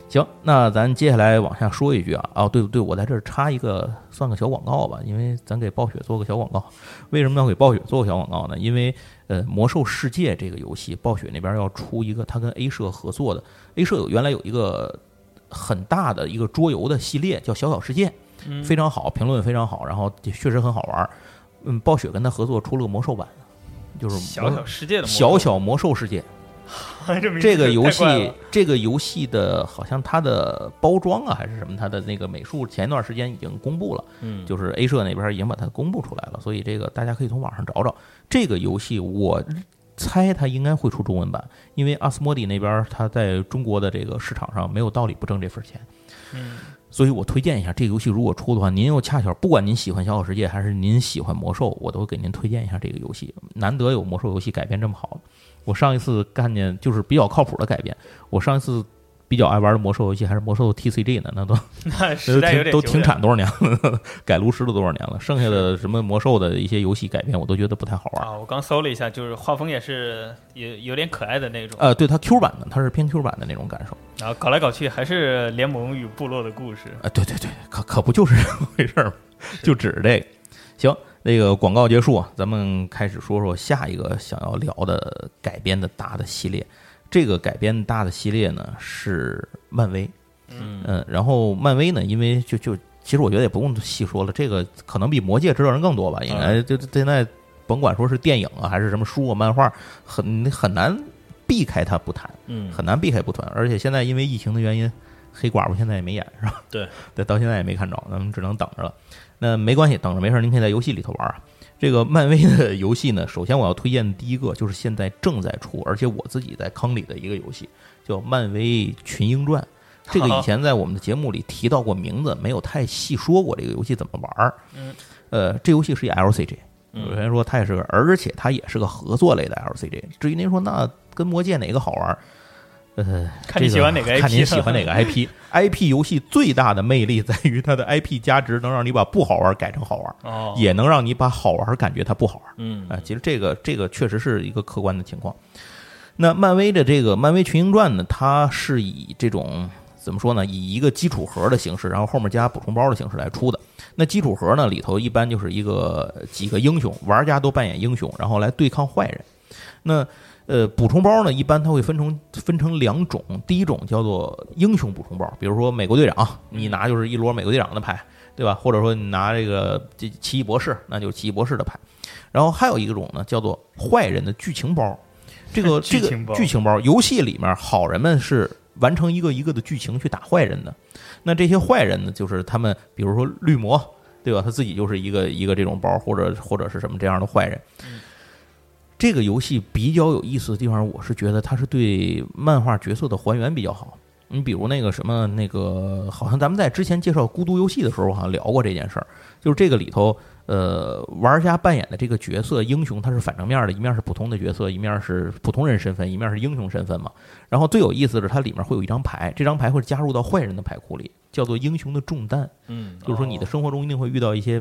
Speaker 3: 行，那咱接下来往下说一句啊，哦，对对，我在这儿插一个，算个小广告吧，因为咱给暴雪做个小广告。为什么要给暴雪做个小广告呢？因为呃，《魔兽世界》这个游戏，暴雪那边要出一个，它跟 A 社合作的，A 社有原来有一个很大的一个桌游的系列叫《小小世界》，
Speaker 2: 嗯
Speaker 3: 非常好，评论非常好，然后也确实很好玩儿。嗯，暴雪跟他合作出了个魔兽版，就是
Speaker 2: 小小世界的魔
Speaker 3: 小小魔兽世界，
Speaker 2: 小 这名字
Speaker 3: 这个游
Speaker 2: 太怪
Speaker 3: 戏
Speaker 2: 了，
Speaker 3: 这个游戏的好像它的包装啊，还是什么，它的那个美术，前一段时间已经公布了，
Speaker 4: 嗯，
Speaker 3: 就是 A 社那边已经把它公布出来了，所以这个大家可以从网上找找。这个游戏我猜它应该会出中文版，因为阿斯莫迪那边它在中国的这个市场上没有道理不挣这份钱，
Speaker 2: 嗯，
Speaker 3: 所以我推荐一下这个游戏，如果出的话，您又恰巧不管您喜欢《小小世界》还是您喜欢魔兽，我都给您推荐一下这个游戏。难得有魔兽游戏改编这么好，我上一次看见就是比较靠谱的改编。我上一次比较爱玩的魔兽游戏还是魔兽 TCG 呢，那都
Speaker 2: 那时
Speaker 3: 都
Speaker 2: 代有
Speaker 3: 停
Speaker 2: 点
Speaker 3: 都
Speaker 2: 久
Speaker 3: 停
Speaker 2: 远
Speaker 3: 产多少年了，改炉石都多少年了。剩下的什么魔兽的一些游戏改编，我都觉得不太好玩。
Speaker 2: 啊！我刚搜了一下，就是画风也是有有点可爱的那种，
Speaker 3: 呃，对它 Q 版的，它是偏 Q 版的那种感受。
Speaker 2: 然后搞来搞去还是联盟与部落的故事。
Speaker 3: 啊，对对对，可可不就是这么回事儿吗？就指着这个。行，那个广告结束啊，咱们开始说说下一个想要聊的改编的大的系列。这个改编大的系列呢是漫威，
Speaker 4: 嗯
Speaker 3: 嗯，然后漫威呢，因为就就其实我觉得也不用细说了，这个可能比《魔戒》知道人更多吧，应该就就现在甭管说是电影啊，还是什么书啊、漫画，很很难避开它不谈。
Speaker 4: 嗯，
Speaker 3: 很难避开不团。而且现在因为疫情的原因，黑寡妇现在也没演，是吧？
Speaker 4: 对，
Speaker 3: 对，到现在也没看着，咱们只能等着了。那没关系，等着没事儿，您可以在游戏里头玩啊。这个漫威的游戏呢，首先我要推荐的第一个就是现在正在出，而且我自己在坑里的一个游戏，叫《漫威群英 传》。这个以前在我们的节目里提到过名字，没有太细说过这个游戏怎么玩儿。
Speaker 2: 嗯，
Speaker 3: 呃，这游戏是一 LCG，有人说它也是个，而且它也是个合作类的 LCG。至于您说那跟魔戒哪个好玩儿，呃，
Speaker 2: 看你喜欢哪个
Speaker 3: 这
Speaker 2: IP
Speaker 3: 看您喜欢哪 个 IP。IP 游戏最大的魅力在于它的 IP 价值能让你把不好玩儿改成好玩儿，
Speaker 2: 哦，
Speaker 3: 也能让你把好玩儿感觉它不好玩儿。
Speaker 4: 嗯
Speaker 3: 啊，其实这个这个确实是一个客观的情况。那漫威的这个《漫威群英传》呢，它是以这种怎么说呢，以一个基础盒的形式，然后后面加补充包的形式来出的。那基础盒呢里头一般就是一个几个英雄，玩家都扮演英雄，然后来对抗坏人。那呃，补充包呢，一般它会分成分成两种，第一种叫做英雄补充包，比如说美国队长，
Speaker 2: 嗯
Speaker 3: 你拿就是一摞美国队长的牌，对吧？或者说你拿这个这奇异博士，那就是奇异博士的牌。然后还有一种呢，叫做坏人的剧情包。这个这
Speaker 2: 剧
Speaker 3: 个
Speaker 2: 情包
Speaker 3: 剧情包，游戏里面好人们是完成一个一个的剧情去打坏人的。那这些坏人呢，就是他们，比如说绿魔，对吧？他自己就是一个一个这种包，或者或者是什么这样的坏人。这个游戏比较有意思的地方，我是觉得它是对漫画角色的还原比较好。你嗯比如那个什么，那个好像咱们在之前介绍《孤独游戏》的时候，好像聊过这件事儿，就是这个里头，呃，玩家扮演的这个角色英雄，他是反正面的，一面是普通的角色，一面是普通人身份，一面是英雄身份嘛。然后最有意思的是，它里面会有一张牌，这张牌会加入到坏人的牌库里，叫做英雄的重担。
Speaker 4: 嗯，
Speaker 3: 就是说你的生活中一定会遇到一些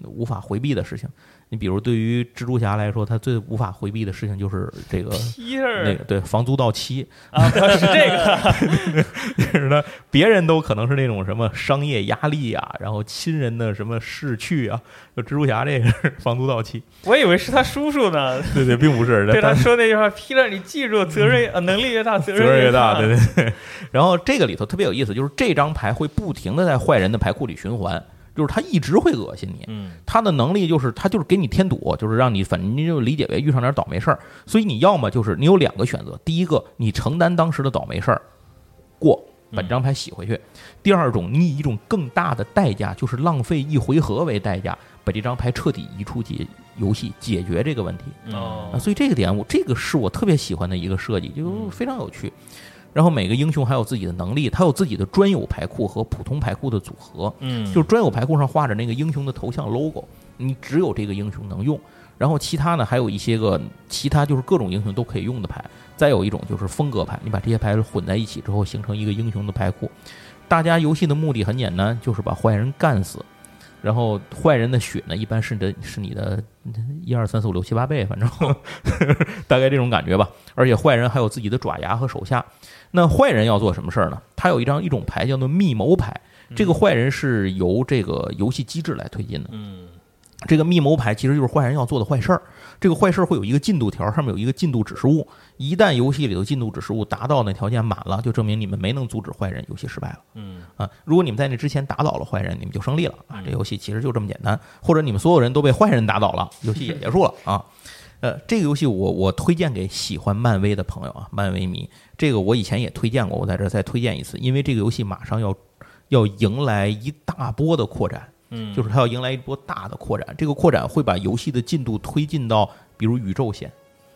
Speaker 3: 嗯无法回避的事情。你比如对于蜘蛛侠来说，他最无法回避的事情就是这个
Speaker 2: 皮
Speaker 3: 那
Speaker 2: 尔
Speaker 3: 个对房租到期，
Speaker 2: 啊，是这个
Speaker 3: 就是呢，别人都可能是那种什么商业压力啊，然后亲人的什么逝去啊，就蜘蛛侠这个是房租到期，
Speaker 2: 我以为是他叔叔呢。
Speaker 3: 对对，并不 是，
Speaker 2: 对他
Speaker 3: 但是
Speaker 2: 说那句话：“Peter，你记住，责任呃能力越大，责
Speaker 3: 责任
Speaker 2: 越
Speaker 3: 越大，对对对。 然后这个里头特别有意思，就是这张牌会不停的在坏人的牌库里循环，就是他一直会恶心你，
Speaker 4: 嗯
Speaker 3: 他的能力就是他就是给你添堵，就是让你反正你就理解为遇上点倒霉事儿。所以你要么就是你有两个选择，第一个你承担当时的倒霉事儿，过把这张牌洗回去；第二种你以一种更大的代价，就是浪费一回合为代价，把这张牌彻底移出解游戏，解决这个问题。啊，
Speaker 2: 哦，
Speaker 3: 所以这个点我这个是我特别喜欢的一个设计，就非常有趣。然后每个英雄还有自己的能力，他有自己的专有牌库和普通牌库的组合。
Speaker 4: 嗯，
Speaker 3: 就是专有牌库上画着那个英雄的头像 logo，你只有这个英雄能用。然后其他呢，还有一些个其他就是各种英雄都可以用的牌。再有一种就是风格牌，你把这些牌混在一起之后，形成一个英雄的牌库。大家游戏的目的很简单，就是把坏人干死。然后坏人的血呢，一般是你的是你的一二三四五六七八倍，反正大概这种感觉吧。而且坏人还有自己的爪牙和手下。那坏人要做什么事儿呢？他有一张一种牌叫做密谋牌，这个坏人是由这个游戏机制来推进的。
Speaker 4: 嗯
Speaker 3: 这个密谋牌其实就是坏人要做的坏事儿。这个坏事儿会有一个进度条，上面有一个进度指示物。一旦游戏里头进度指示物达到那条件满了，就证明你们没能阻止坏人，游戏失败了。
Speaker 4: 嗯
Speaker 3: 啊，如果你们在那之前打倒了坏人，你们就胜利了啊！这游戏其实就这么简单，或者你们所有人都被坏人打倒了，游戏也结束了啊。呃，这个游戏我我推荐给喜欢漫威的朋友啊，漫威迷，这个我以前也推荐过，我在这儿再推荐一次，因为这个游戏马上要要迎来一大波的扩展，
Speaker 4: 嗯，
Speaker 3: 就是它要迎来一波大的扩展，这个扩展会把游戏的进度推进到，比如宇宙线，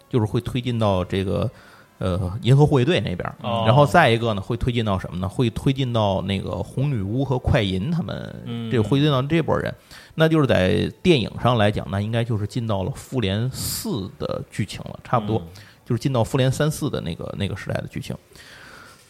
Speaker 3: 就是会推进到这个呃银河护卫队那边儿，
Speaker 2: 哦
Speaker 3: 然后再一个呢会推进到什么呢？会推进到那个红女巫和快银他们，
Speaker 4: 嗯
Speaker 3: 这会推进到这波人，那就是在电影上来讲，那应该就是进到了复联四的剧情了，差不多。
Speaker 4: 嗯
Speaker 3: 就是进到复联三四的那个那个时代的剧情。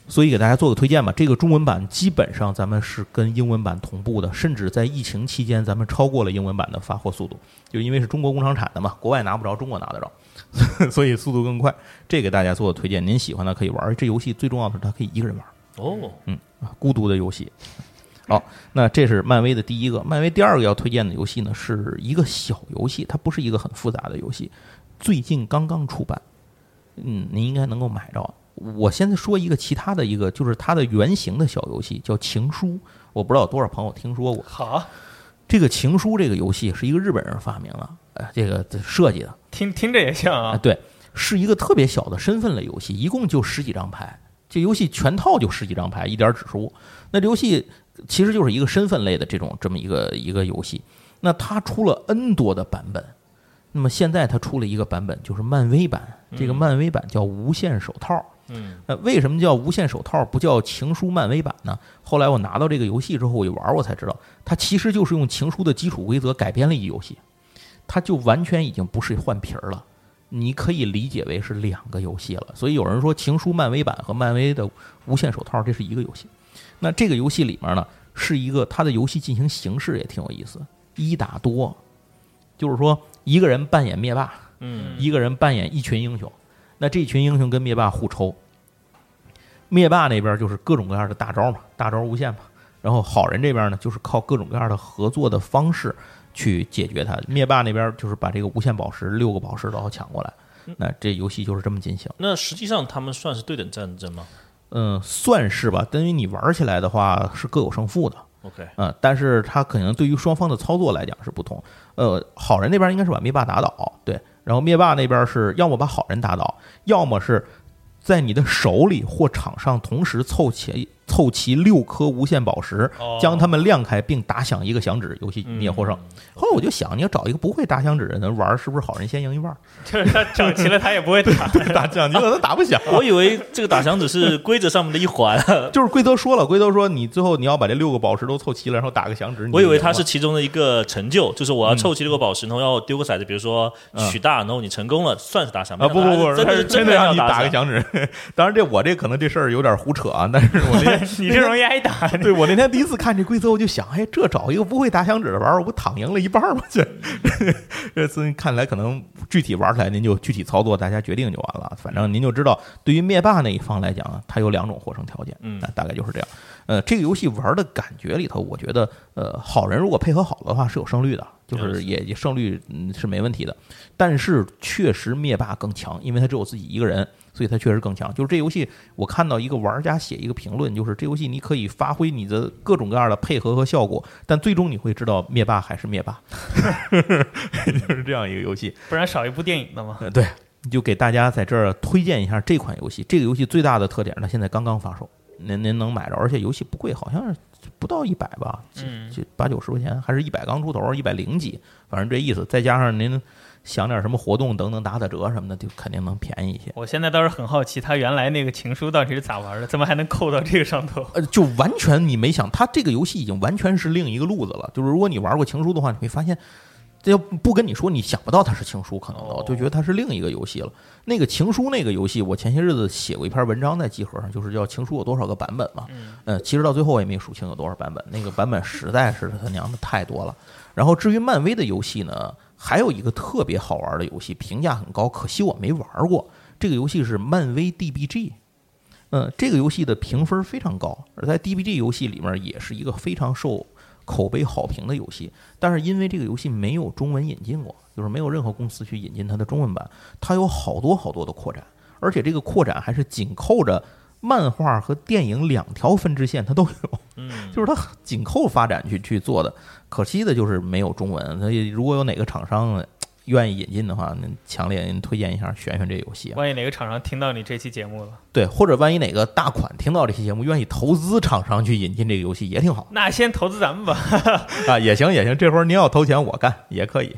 Speaker 3: 所以给大家做个推荐吧，这个中文版基本上咱们是跟英文版同步的，甚至在疫情期间，咱们超过了英文版的发货速度，就因为是中国工厂产的嘛，国外拿不着，中国拿得着， 所以速度更快。这给大家做个推荐，您喜欢的可以玩儿。这游戏最重要的是它可以一个人玩儿，
Speaker 4: 哦，
Speaker 3: 啊孤独的游戏。好，那这是漫威的第一个。漫威第二个要推荐的游戏呢，是一个小游戏，它不是一个很复杂的游戏，最近刚刚出版，嗯，您应该能够买着。我现在说一个其他的一个，就是它的原型的小游戏叫《情书》，我不知道有多少朋友听说过。
Speaker 2: 好，
Speaker 3: 这个《情书》这个游戏是一个日本人发明的，呃，这个这设计的，
Speaker 2: 听听着也像
Speaker 3: 啊，
Speaker 2: 啊，
Speaker 3: 对，是一个特别小的身份类游戏，一共就十几张牌，这游戏全套就十几张牌，一点指示物。那这游戏其实就是一个身份类的这种这么一个一个游戏。那它出了 N 多的版本，那么现在它出了一个版本，就是漫威版。这个漫威版叫无限手套。
Speaker 4: 嗯
Speaker 3: 那为什么叫无限手套，不叫情书漫威版呢？后来我拿到这个游戏之后，我一玩，我才知道，它其实就是用情书的基础规则改编了一游戏，它就完全已经不是换皮儿了。你可以理解为是两个游戏了，所以有人说《情书》漫威版和漫威的无限手套这是一个游戏。那这个游戏里面呢，是一个它的游戏进行形式也挺有意思，一打多，就是说一个人扮演灭霸，
Speaker 4: 嗯
Speaker 3: 一个人扮演一群英雄，那这群英雄跟灭霸互抽，灭霸那边就是各种各样的大招嘛，大招无限嘛，然后好人这边呢就是靠各种各样的合作的方式去解决它。灭霸那边就是把这个无限宝石六个宝石都要抢过来，那这游戏就是这么进行。
Speaker 4: 那实际上他们算是对等战争吗
Speaker 3: 嗯，算是吧，等于你玩起来的话是各有胜负的。
Speaker 4: ？OK，
Speaker 3: 嗯，但是它可能对于双方的操作来讲是不同。呃，好人那边应该是把灭霸打倒，对，然后灭霸那边是要么把好人打倒，要么是在你的手里或场上同时凑齐凑齐六颗无限宝石，
Speaker 4: 哦
Speaker 3: 将它们亮开并打响一个响指，游戏
Speaker 4: 嗯
Speaker 3: 灭获胜。后来我就想，你要找一个不会打响指的人玩，是不是好人先赢 一半？
Speaker 2: 就是他长齐了，他也不会打。
Speaker 3: 打响结果他打不响。
Speaker 4: 我以为这个打响指是规则上面的一环，啊
Speaker 3: 就是规则说了，规则说你最后你要把这六个宝石都凑齐了，然后打个响指。你
Speaker 4: 我以为
Speaker 3: 赢了
Speaker 4: 它是其中的一个成就，就是我要凑齐六个宝
Speaker 3: 嗯
Speaker 4: 石，然后要丢个骰子，比如说取大，然后你成功了，算是打响。
Speaker 3: 啊不不不，
Speaker 4: 真
Speaker 3: 他是
Speaker 4: 的是
Speaker 3: 真
Speaker 4: 的
Speaker 3: 的
Speaker 4: 要
Speaker 3: 让你打个
Speaker 4: 响。
Speaker 3: 响指。当然这我这可能这事儿有点胡扯啊，但是我那
Speaker 2: 你这容易挨打。
Speaker 3: 对我那天第一次看这规则，我就想，哎，这找一个不会打响指的玩儿，我不躺赢了一半儿吗？这这次看来可能具体玩起来您就具体操作，大家决定就完了。反正您就知道，对于灭霸那一方来讲啊，它有两种获胜条件，
Speaker 4: 嗯
Speaker 3: 那大概就是这样。呃，这个游戏玩的感觉里头，我觉得呃，好人如果配合好的话是有胜率的，就是也也胜率嗯是没问题的。但是确实灭霸更强，因为他只有自己一个人，所以他确实更强。就是这游戏，我看到一个玩家写一个评论，就是这游戏你可以发挥你的各种各样的配合和效果，但最终你会知道灭霸还是灭霸， 就是这样一个游戏。
Speaker 2: 不然少一部电影的嘛。
Speaker 3: 呃，对，就给大家在这儿推荐一下这款游戏。这个游戏最大的特点，呢，现在刚刚发售，您您能买着，而且游戏不贵，好像是不到一百吧，就
Speaker 2: 嗯
Speaker 3: 就八九十块钱，还是一百刚出头，一百零几，反正这意思。再加上您想点什么活动等等打打折什么的，就肯定能便宜一些。
Speaker 2: 我现在倒是很好奇，他原来那个情书到底是咋玩的？怎么还能扣到这个上头？
Speaker 3: 呃，就完全你没想，它这个游戏已经完全是另一个路子了。就是如果你玩过情书的话，你会发现，这要不跟你说，你想不到它是情书，可能都
Speaker 4: 哦
Speaker 3: 就觉得它是另一个游戏了。那个情书那个游戏，我前些日子写过一篇文章在集合上，就是叫《情书有多少个版本》嘛。呃，其实到最后我也没数清有多少版本，那个版本实在是他娘的太多了。然后至于漫威的游戏呢，还有一个特别好玩的游戏，评价很高，可惜我没玩过。这个游戏是漫威 DBG，嗯，这个游戏的评分非常高，而在 DBG 游戏里面也是一个非常受口碑好评的游戏。但是因为这个游戏没有中文引进过，就是没有任何公司去引进它的中文版，它有好多好多的扩展，而且这个扩展还是紧扣着漫画和电影两条分支线，它都有。
Speaker 4: 嗯，
Speaker 3: 就是它紧扣发展去去做的。可惜的就是没有中文，所以如果有哪个厂商呃愿意引进的话，那强烈推荐一下，选选这游戏啊。
Speaker 2: 万一哪个厂商听到你这期节目了，
Speaker 3: 对，或者万一哪个大款听到这期节目，愿意投资厂商去引进这个游戏也挺好
Speaker 2: 那先投资咱们吧。
Speaker 3: 啊，也行也行。这活儿您要投钱我干也可以。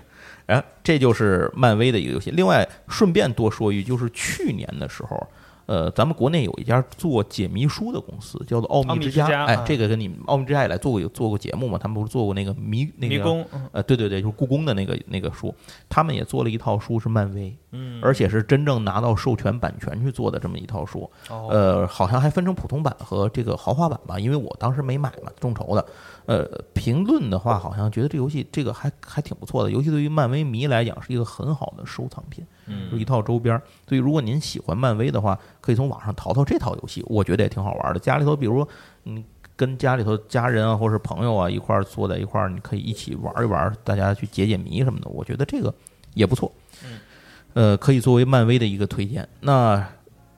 Speaker 3: 哎，这就是漫威的一个游戏。另外，顺便多说一句，就是去年的时候。呃，咱们国内有一家做解谜书的公司，叫做奥
Speaker 2: 奥
Speaker 3: 秘
Speaker 2: 秘
Speaker 3: 之
Speaker 2: 之家
Speaker 3: 哎
Speaker 2: 啊，
Speaker 3: 这个跟你们奥秘之家也来做过有做过节目嘛？他们不是做过那个迷那个
Speaker 2: 迷宫，嗯
Speaker 3: 呃，对对对，就是故宫的那个那个书，他们也做了一套书是漫威，
Speaker 4: 嗯
Speaker 3: 而且是真正拿到授权版权去做的这么一套书，
Speaker 2: 哦，
Speaker 3: 呃，好像还分成普通版和这个豪华版吧，因为我当时没买嘛，众筹的，呃，评论的话好像觉得这游戏这个还还挺不错的，尤其对于漫威迷来讲是一个很好的收藏品，
Speaker 2: 嗯
Speaker 3: 就一套周边儿。所以如果您喜欢漫威的话，可以从网上淘淘这套游戏，我觉得也挺好玩的。家里头，比如你跟家里头家人啊，或是朋友啊一块儿坐在一块儿，你可以一起玩一玩，大家去解解谜什么的，我觉得这个也不错。嗯，呃，可以作为漫威的一个推荐。那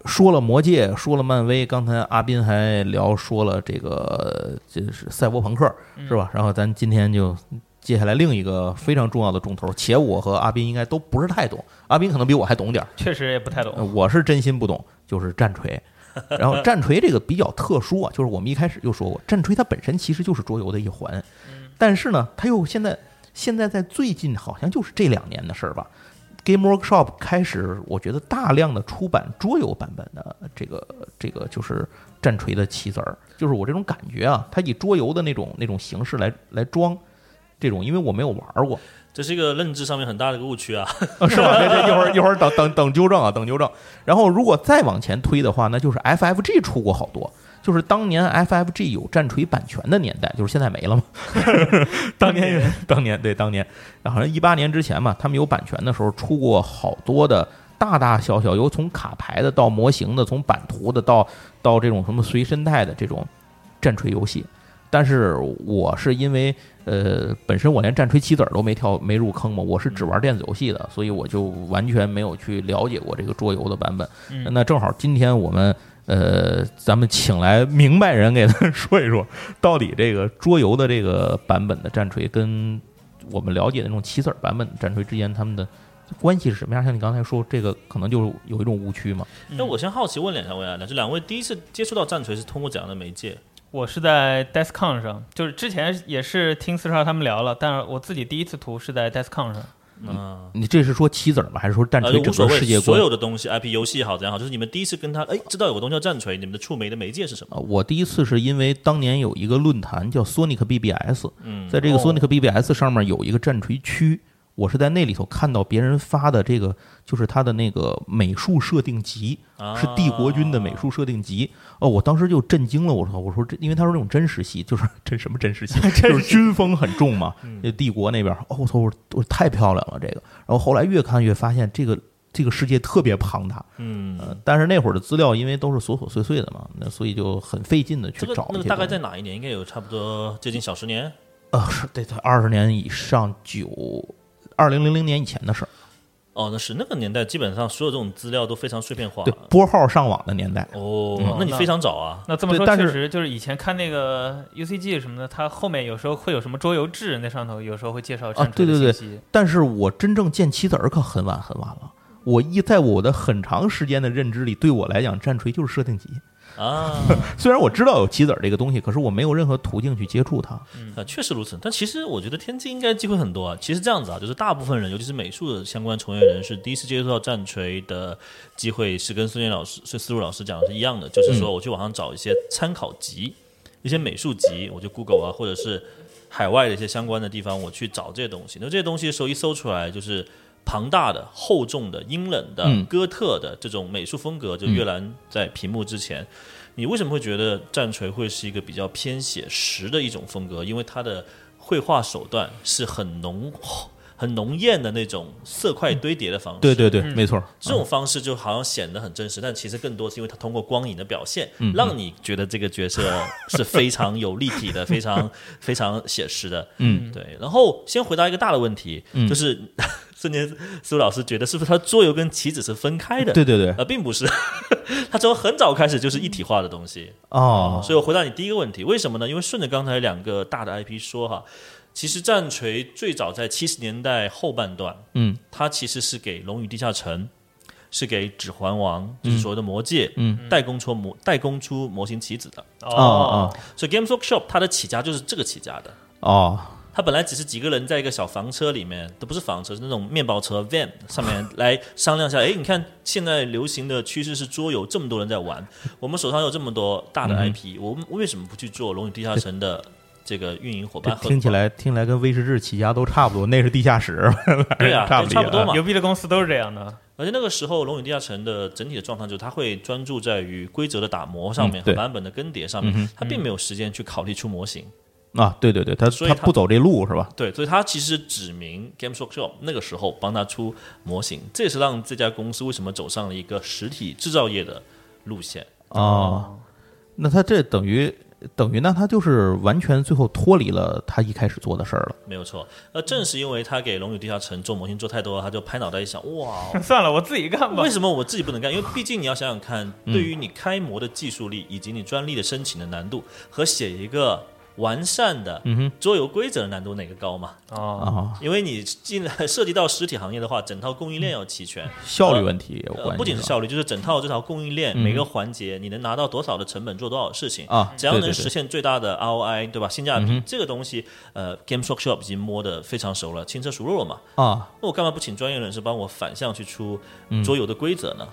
Speaker 3: 说了魔戒，说了漫威，刚才阿斌还聊说了这个就是赛博朋克是吧？然后咱今天就接下来另一个非常重要的重头，且我和阿斌应该都不是太懂，阿斌可能比我还懂点儿，
Speaker 2: 确实也不太
Speaker 3: 呃
Speaker 2: 懂。
Speaker 3: 我是真心不懂，就是战锤。然后战锤这个比较特殊啊，就是我们一开始就说过，战锤它本身其实就是桌游的一环，但是呢，它又现在现在在最近好像就是这两年的事儿吧。Game Workshop 开始，我觉得大量的出版桌游版本的这个这个就是战锤的棋子儿，就是我这种感觉啊，它以桌游的那种那种形式来来装这种，因为我没有玩儿过，
Speaker 4: 这是一个认知上面很大的一个误区啊。
Speaker 3: 啊， 是吧？这这一会儿一会儿等等等纠正啊，等纠正。然后如果再往前推的话，那就是 FFG 出过好多，就是当年 FFG 有战锤版权的年代，就是现在没了嘛。 当年有，当年对当年，好像一八年之前嘛，他们有版权的时候出过好多的。大大小小，有从卡牌的到模型的，从版图的到到这种什么随身带的这种战锤游戏，但是我是因为呃，本身我连战锤棋子儿都没跳没入坑嘛，我是
Speaker 4: 嗯
Speaker 3: 只玩电子游戏的，所以我就完全没有去了解过这个桌游的版本。
Speaker 4: 嗯
Speaker 3: 那正好今天我们呃，咱们请来明白人给咱说一说，到底这个桌游的这个版本的战锤跟我们了解的那种棋子儿版本的战锤之间他们的关系是什么样？像你刚才说，这个可能就有一种误区嘛。
Speaker 4: 那我先好奇问两位啊，就两位第一次接触到战锤是通过怎样的媒介？
Speaker 2: 我是在 DesCon 上，就是之前也是听四十二他们聊了，但是我自己第一次涂是在 DesCon 上。
Speaker 4: 嗯，
Speaker 3: 你这是说棋子儿吗？还是说战
Speaker 4: 呃，
Speaker 3: 锤
Speaker 4: 就无
Speaker 3: 整
Speaker 4: 所
Speaker 3: 个
Speaker 4: 谓
Speaker 3: 世界，
Speaker 4: 所
Speaker 3: 观？
Speaker 4: 有的东西，IP 游戏也好怎样好，就是你们第一次跟他哎知道有个东西叫战锤，你们的触媒的媒介是什么？
Speaker 3: 啊，我第一次是因为当年有一个论坛叫 Sonic BBS，
Speaker 4: 嗯
Speaker 3: 在这个
Speaker 2: 哦
Speaker 3: Sonic BBS 上面有一个战锤区，我是在那里头看到别人发的这个，就是他的那个美术设定集，是帝国军的美术设定集。哦，我当时就震惊了，我说我说这，因为他说这种真实系，就是 这什么真实系，嗯就是军风很重嘛，就帝国那边。哦，我操，我说我说太漂亮了这个。然后后来越看越发现这个。这个世界特别庞大，
Speaker 4: 嗯，
Speaker 3: 呃，但是那会儿的资料因为都是琐琐碎碎的嘛，那所以就很费劲的去
Speaker 4: 这个
Speaker 3: 找
Speaker 4: 那
Speaker 3: 一
Speaker 4: 个
Speaker 3: 些
Speaker 4: 大概
Speaker 3: 东
Speaker 4: 在
Speaker 3: 西
Speaker 4: 哪一年？应该有差不多接近小十年。
Speaker 3: 呃是得在二十年以上九二零零零年以前的事儿，
Speaker 4: 哦，那是那个年代，基本上所有这种资料都非常碎片化。
Speaker 3: 对嗯拨号上网的年代。
Speaker 4: 哦，那你非常早啊。
Speaker 2: 那这么说，
Speaker 3: 对但是
Speaker 2: 确实就是以前看那个 UCG 什么的，它后面有时候会有什么桌游志，那上头有时候会介绍
Speaker 4: 哦
Speaker 2: 战锤
Speaker 3: 啊对
Speaker 2: 的
Speaker 3: 对对
Speaker 2: 信息。
Speaker 3: 但是我真正见棋子儿可很晚很晚了。我一在我的很长时间的认知里，对我来讲，战锤就是设定集。
Speaker 4: 啊，
Speaker 3: 虽然我知道有棋子儿这个东西，可是我没有任何途径去接触它。
Speaker 4: 啊，确实如此。但其实我觉得天津应该机会很多啊。其实这样子啊，就是大部分人，尤其是美术的相关从业人士，第一次接触到战锤的机会是跟孙岩老师、孙思路老师讲的是一样的，就是
Speaker 3: 嗯
Speaker 4: 说我去网上找一些参考集、一些美术集，我就 Google 啊，或者是海外的一些相关的地方，我去找这些东西。那这些东西的时候一搜出来，就是庞大的、厚重的、阴冷的、
Speaker 3: 嗯
Speaker 4: 哥特的这种美术风格。就越南在屏幕之前，你为什么会觉得战锤会是一个比较偏写实的一种风格？因为它的绘画手段是很浓厚、很浓艳的那种色块堆叠的方式。
Speaker 3: 对对对，没错，
Speaker 4: 这种方式就好像显得很真实，但其实更多是因为它通过光影的表现，
Speaker 3: 嗯
Speaker 4: 让你觉得这个角色是非常有立体的，非常 非常写实的。
Speaker 3: 嗯，
Speaker 4: 对。然后先回答一个大的问题，就是 瞬间苏老师觉得是不是他桌游跟棋子是分开的？
Speaker 3: 对对对，
Speaker 4: 呃，并不是， 它从很早开始就是一体化的东西。
Speaker 3: 哦，
Speaker 4: 所以我回答你第一个问题，为什么呢？因为顺着刚才两个大的 IP 说哈，其实战锤最早在七十年代后半段，
Speaker 3: 嗯，
Speaker 4: 它其实是给《龙与地下城》，是给《指环王》，就是所谓的《魔戒》，
Speaker 3: 嗯，
Speaker 4: 代工出模代工出模型棋子的。
Speaker 3: 哦哦
Speaker 4: 所以 Games Workshop 它的起家就是这个起家的。
Speaker 3: 哦，
Speaker 4: 它本来只是几个人在一个小房车里面，都不是房车，是那种面包车 van 上面来商量一下。哎，你看现在流行的趋势是桌游，这么多人在玩，我们手上有这么多大
Speaker 3: 嗯
Speaker 4: 的 IP，、我们为什么不去做《龙与地下城》的这个运营伙
Speaker 3: 这
Speaker 4: 伴合作？
Speaker 3: 听起来听起来跟威士忌起家都差不多，那是地下室，
Speaker 4: 对啊，
Speaker 3: 差不
Speaker 4: 就差
Speaker 3: 离
Speaker 4: 不多嘛。
Speaker 2: 牛逼的公司都是这样的，
Speaker 4: 而且那个时候，《龙与地下城》的整体的状态就是，它会专注在于规则的打磨上面
Speaker 3: 嗯
Speaker 4: 和
Speaker 3: 对嗯
Speaker 4: 版本的更迭上面，它并没有时间去考虑出模型。
Speaker 3: 啊，对对对，他
Speaker 4: 所以他
Speaker 3: 不走这路是吧？
Speaker 4: 对，所以它其实指明 Games Workshop 那个时候帮他出模型，这也是让这家公司为什么走上了一个实体制造业的路线。
Speaker 3: 哦，那他这等于等于那他就是完全最后脱离了他一开始做的事儿了。
Speaker 4: 没有错，那正是因为他给《龙与地下城》做模型做太多了，他就拍脑袋一想，哇，
Speaker 3: 哦
Speaker 2: 算了，我自己干吧
Speaker 4: 为。什么我自己不能干？因为毕竟你要想想看，对于你开模的技术力以及你专利的申请的难度和写一个完善的桌游规则的难度哪个高嘛？
Speaker 2: 哦，
Speaker 3: 啊，
Speaker 4: 因为你进来涉及到实体行业的话，整套供应链要齐全，
Speaker 3: 效率问题也有关
Speaker 4: 呃
Speaker 3: 系，
Speaker 4: 不仅是效率，就是整套这条供应链每个环节，你能拿到多少的成本做多少事情
Speaker 3: 嗯啊
Speaker 4: 只要
Speaker 3: 对
Speaker 4: 能
Speaker 3: 对对嗯
Speaker 4: 实现最大的 ROI，对吧？性价比这个东西，呃，Games Workshop 已经摸得非常熟了，轻车熟路了嘛。
Speaker 3: 啊，
Speaker 4: 那我干嘛不请专业人士帮我反向去出
Speaker 3: 嗯
Speaker 4: 桌游的规则呢？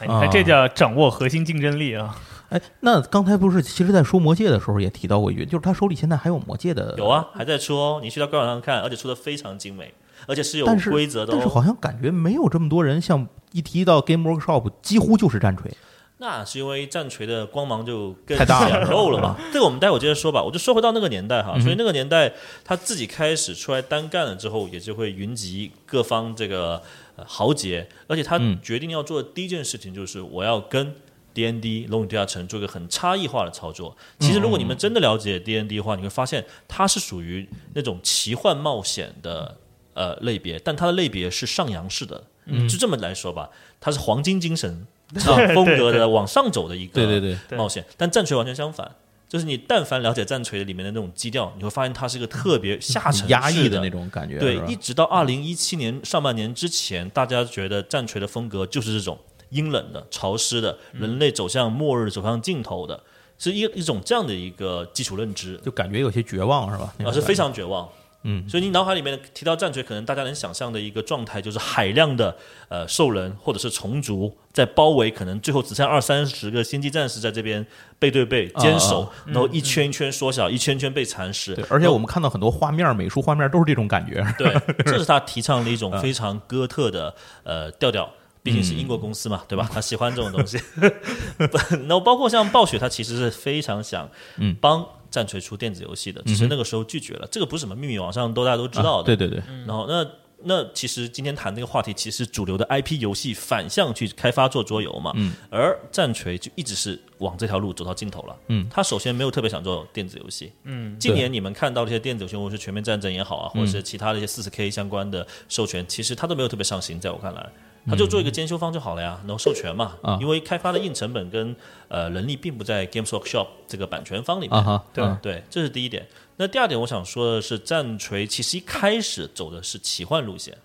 Speaker 2: 哎你
Speaker 3: 啊
Speaker 2: 看这叫掌握核心竞争力 啊！
Speaker 3: 哎，那刚才不是，其实，在说魔戒的时候也提到过一句，就是他手里现在还有魔戒的，
Speaker 4: 有，啊，还在出哦，你去到官网上看，而且出的非常精美，而且是有
Speaker 3: 但是
Speaker 4: 规则的
Speaker 3: 但是好
Speaker 4: 哦。
Speaker 3: 像感觉没有这么多人像一提到 Game Workshop，几乎就是战锤。
Speaker 4: 那是因为战锤的光芒就更
Speaker 3: 太大了嗯
Speaker 4: 显露 了嘛。这个我们待会儿接着说吧。我就说回到那个年代哈，所以那个年代他自己开始出来单干了之后，也就会云集各方这个呃豪杰，而且他
Speaker 3: 嗯
Speaker 4: 决定要做的第一件事情就是我要跟 D N D 龙与地下城做一个很差异化的操作。
Speaker 3: 嗯
Speaker 4: 其实如果你们真的了解 D N D 的话，你会发现它是属于那种奇幻冒险的呃类别，但它的类别是上扬式的。
Speaker 3: 嗯
Speaker 4: 就这么来说吧，它是黄金 精神啊风格
Speaker 2: 对对
Speaker 4: 的往上走的一个
Speaker 3: 对对对
Speaker 2: 对
Speaker 4: 冒险，但战锤完全相反。就是你但凡了解战锤里面的那种基调，你会发现它啊是一个特别下沉式
Speaker 3: 嗯压抑
Speaker 4: 的
Speaker 3: 那种感觉，
Speaker 4: 对
Speaker 3: 是，吧
Speaker 4: 一直到二零一七年上半年之前，大家觉得战锤的风格就是这种阴冷的、潮湿的，人类走向末日、走向尽头的，是一一种这样的一个基础认知，
Speaker 3: 就感觉有些绝望，是吧？那
Speaker 4: 啊，
Speaker 3: 种
Speaker 4: 是
Speaker 3: 感
Speaker 4: 非
Speaker 3: 觉
Speaker 4: 常绝望。
Speaker 3: 嗯，
Speaker 4: 所以你脑海里面提到战锤，可能大家能想象的一个状态就是海量的呃兽人或者是虫族在包围，可能最后只剩二三十个星际战士在这边背对背
Speaker 3: 啊
Speaker 4: 坚守，然后一圈一圈缩小，一圈圈被蚕食。
Speaker 3: 对，而且我们看到很多画面，美术画面都是这种感觉。
Speaker 4: 对，这是他提倡的一
Speaker 3: 啊
Speaker 4: 种非常哥特的呃调调。毕竟是英国公司嘛，对吧？他喜欢这种东西。 不然后包括像暴雪，他其实是非常想
Speaker 3: 嗯
Speaker 4: 帮战锤出电子游戏的，只是那个时候拒绝了。这个不是什么秘密，网上都大家都知道的。
Speaker 3: 啊对对对，
Speaker 4: 然后那那其实今天谈这个话题，其实主流的 IP 游戏反向去开发做桌游嘛，而战锤就一直是往这条路走到尽头了。
Speaker 3: 嗯，
Speaker 4: 他首先没有特别想做电子游戏。嗯，今年你们看到这些电子游戏，无论是全面战争也
Speaker 3: 嗯
Speaker 4: 好啊，或者是其他的一些四十 K 相关的授权，其实他都没有特别上心，在我看来。他就做一个兼修方就好了呀，然后授权嘛，
Speaker 3: 嗯啊
Speaker 4: 因为开发的硬成本跟呃人力并不在 Games Workshop 这个版权方里面
Speaker 3: 啊哈，
Speaker 2: 对
Speaker 3: 嗯
Speaker 4: 对，这是第一点。那第二点，我想说的是，战锤其实一开始走的是奇幻路线，